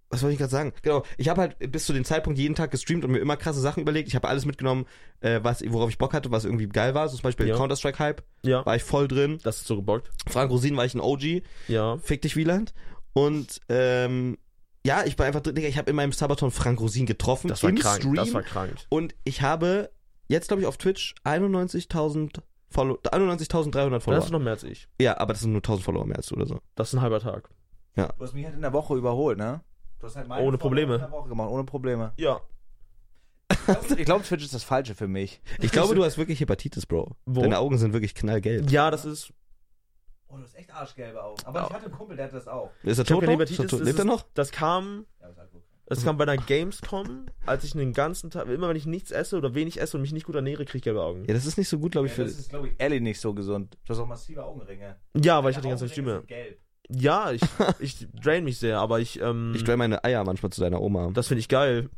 was wollte ich gerade sagen? Genau, ich habe halt bis zu dem Zeitpunkt jeden Tag gestreamt und mir immer krasse Sachen überlegt. Ich habe alles mitgenommen, äh, was, worauf ich Bock hatte, was irgendwie geil war. So zum Beispiel Ja. Counter-Strike-Hype, Ja. war ich voll drin. Das ist so gebockt. Frank Rosin war ich ein OG. Ja. Fick dich, Wieland. Und ähm, ja, ich war einfach drin. Digga, Ich habe in meinem Sabaton Frank Rosin getroffen. Das war im krank. Stream. Das war krank. und ich habe jetzt, glaube ich, auf Twitch 91.000 Follow 91.300 Follower. Das ist noch mehr als ich. ja, aber das sind nur 1.000 Follower mehr als du oder so. Das ist ein halber Tag. Du hast mich halt in der Woche überholt, ne? Du hast halt meine Follower Ohne Probleme. In der Woche gemacht, ohne Probleme. Ja. Ich glaube, Twitch ist das Falsche für mich. Ich glaube, du hast wirklich Hepatitis, Bro. Wo? Deine Augen sind wirklich knallgelb. Ja, das ist. Oh, du hast echt Arschgelbe auch. Aber ich hatte einen Kumpel, der hatte das auch. Ist er Ich hab tot? keine noch? Ist er Hepatitis. tot? das Lebt er ist- noch? Das kam. Ja, das ist halt gut. Das kam bei einer Gamescom, als ich den ganzen Tag, immer wenn ich nichts esse oder wenig esse und mich nicht gut ernähre, kriege ich gelbe Augen. Ja, das ist nicht so gut, glaube ich, Ja, für. das ist, glaube ich, ehrlich nicht so gesund. Du hast auch massive Augenringe. Ja, weil ich Deine hatte die ganze Zeit Augenringe sind Stimme. Gelb. Ja, ich, ich drain mich sehr, aber ich, ähm, ich drehe meine Eier manchmal zu deiner Oma. das finde ich geil.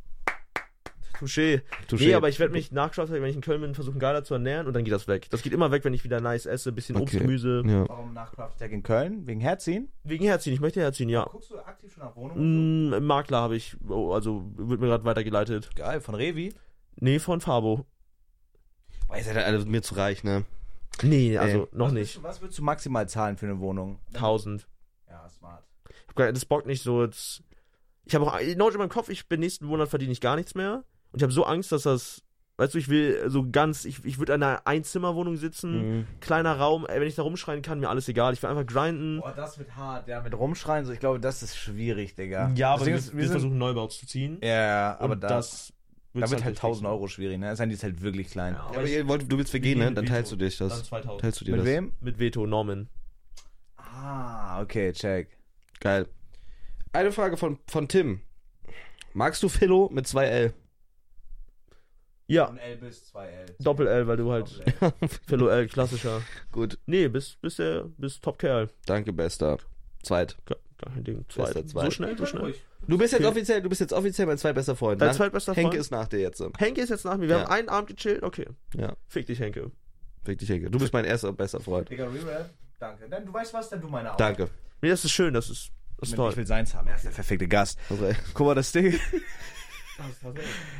Touché. Touché. Nee, aber ich werde mich nachgeschaut, wenn ich in Köln bin, versuchen geiler zu ernähren und dann geht das weg. Das geht immer weg, wenn ich wieder nice esse, bisschen Obst, Okay. Gemüse. Ja. Warum nach Craft Attack in Köln? Wegen Herziehen? Wegen Herziehen, ich möchte Herziehen, ja. Guckst du aktiv schon nach Wohnungen? Mm, Makler habe ich, oh, also wird mir gerade weitergeleitet. Geil, von Revi. Nee, von Fabo. Boah, ihr seid halt alle mir zu reich, ne? Nee, also Ey. noch was nicht. Würdest, du- was würdest du maximal zahlen für eine Wohnung? 1000. Ja, smart. Ich hab gar- Das bockt nicht so. Jetzt, ich habe auch genau in meinem Kopf, ich bin nächsten Monat verdiene ich gar nichts mehr. Und ich habe so Angst, dass das, weißt du, ich will so ganz, ich, ich würde in einer Einzimmerwohnung sitzen, kleiner Raum, ey, wenn ich da rumschreien kann, mir alles egal. Ich will einfach grinden. Boah, das wird hart. Ja, mit rumschreien, so, ich glaube, das ist schwierig, Digga. Das Ding Also wir, ist, wir versuchen Neubaus zu ziehen. Ja, ja, aber Und da, das, da wird's wird halt richtig. 1000 Euro schwierig, ne? Es Sei denn, die ist halt wirklich klein. Ja, Ja, aber aber ich, ihr wollt, du willst Wie vergehen, ne? Dann Veto. teilst du dich dann das. 2000. Teilst du dir Mit das. wem? Mit Veto, Norman. Ah, okay, check. Geil. Eine Frage von, von Tim. Magst du Philo mit 2L? Ja, L bis 2L. Doppel-L, weil du halt Fellow-L, klassischer. Gut, Nee, bist, bist der, bist Top-Kerl. danke, Bester. Zweit. Gar gar kein Ding. Zwei. Bester Zweit. So schnell, so schnell. Du bist jetzt Okay. offiziell, du bist jetzt offiziell mein zweitbester Freund. Dein Nach- zweitbester Henke Freund? ist nach dir jetzt. so. Henke ist jetzt nach mir. Wir Ja. haben einen Abend gechillt. Okay. Ja. Fick dich, Henke. Wirklich, Henke. Du bist mein erster bester Freund. Digga, Rerap, danke. Dann, du weißt was, dann du meine auch. Danke. Nee, das ist schön. Das ist, das ist Ich toll. will seins haben. Er ist der perfekte Gast. Also, Guck mal, das Ding.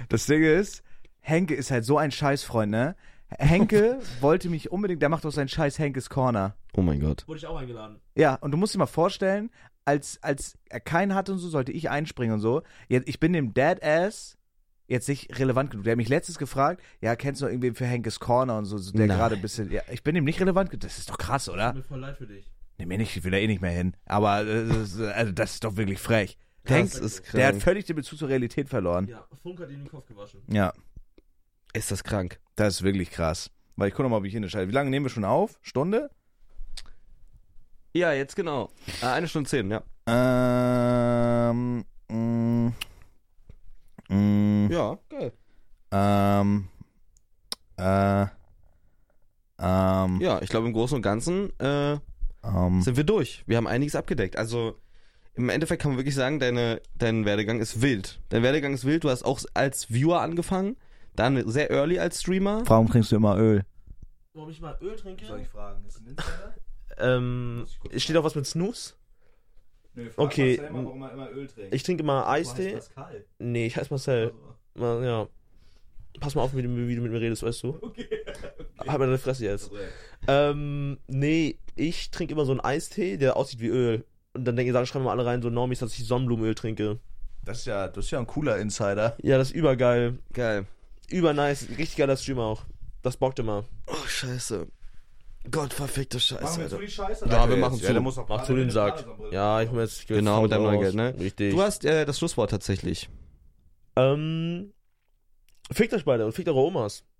Das Ding ist, Henke ist halt so ein Scheißfreund, ne? Henke wollte mich unbedingt, der macht doch seinen Scheiß Henkes Corner. oh mein Gott. Wurde ich auch eingeladen. Ja, und du musst dir mal vorstellen, als, als er keinen hatte und so, sollte ich einspringen und so. Jetzt, ich bin dem Deadass jetzt nicht relevant genug. Der hat mich letztens gefragt, ja, kennst du noch irgendwen für Henkes Corner und so, so der Nein. gerade ein bisschen, ja, ich bin dem nicht relevant genug. Das ist doch krass, oder? voll leid für dich. Nee, mir nicht, ich will da eh nicht mehr hin. Aber äh, das ist, äh, also, das ist doch wirklich frech. Henks Henks, ist der hat krank. völlig den Bezug zur Realität verloren. Ja, Funk hat ihm den Kopf gewaschen. Ja, Ist das krank? das ist wirklich krass. Weil ich gucke mal, ob ich hinentscheide. Wie lange nehmen wir schon auf? Stunde? Ja, jetzt genau. Äh, Eine Stunde zehn, ja. Ähm, mh, mh, Ja, geil. Ähm. Äh. Ähm. Ja, ich glaube im Großen und Ganzen äh, ähm sind wir durch. Wir haben einiges abgedeckt. Also im Endeffekt kann man wirklich sagen, deine, dein Werdegang ist wild. Dein Werdegang ist wild. Du hast auch als Viewer angefangen, dann sehr early als Streamer. warum trinkst du immer Öl? Warum ich mal Öl trinke? fragen? Ist ein Insider? Ähm, steht auch was mit Snooze? Nö, frag Okay. Marcel mal, warum er immer Öl trinkt. Ich trinke mal Eistee. Nee, ich heiße Marcel. Ma- Ja. Pass mal auf, wie du, wie du mit mir redest, weißt du? Okay. Halt mal deine Fresse jetzt. Ähm, nee, ich trinke immer so einen Eistee, der aussieht wie Öl. Und dann denken, sagen, schreiben mal alle rein, so Normis, dass ich Sonnenblumenöl trinke. Das ist ja, das ist ja ein cooler Insider. Ja, das ist übergeil. Geil. Übernice. Richtig geiler Streamer auch. Das bockt immer. Oh, scheiße. Gott, verfickte Scheiße, Alter. Scheiße. Ja, wir machen zu. Mach zu den Sack. Ja, ich muss jetzt. ich geh jetzt Genau, mit deinem raus. neuen Geld, ne? Richtig. Du hast äh, das Schlusswort tatsächlich. ähm, fickt euch beide und fickt eure Omas.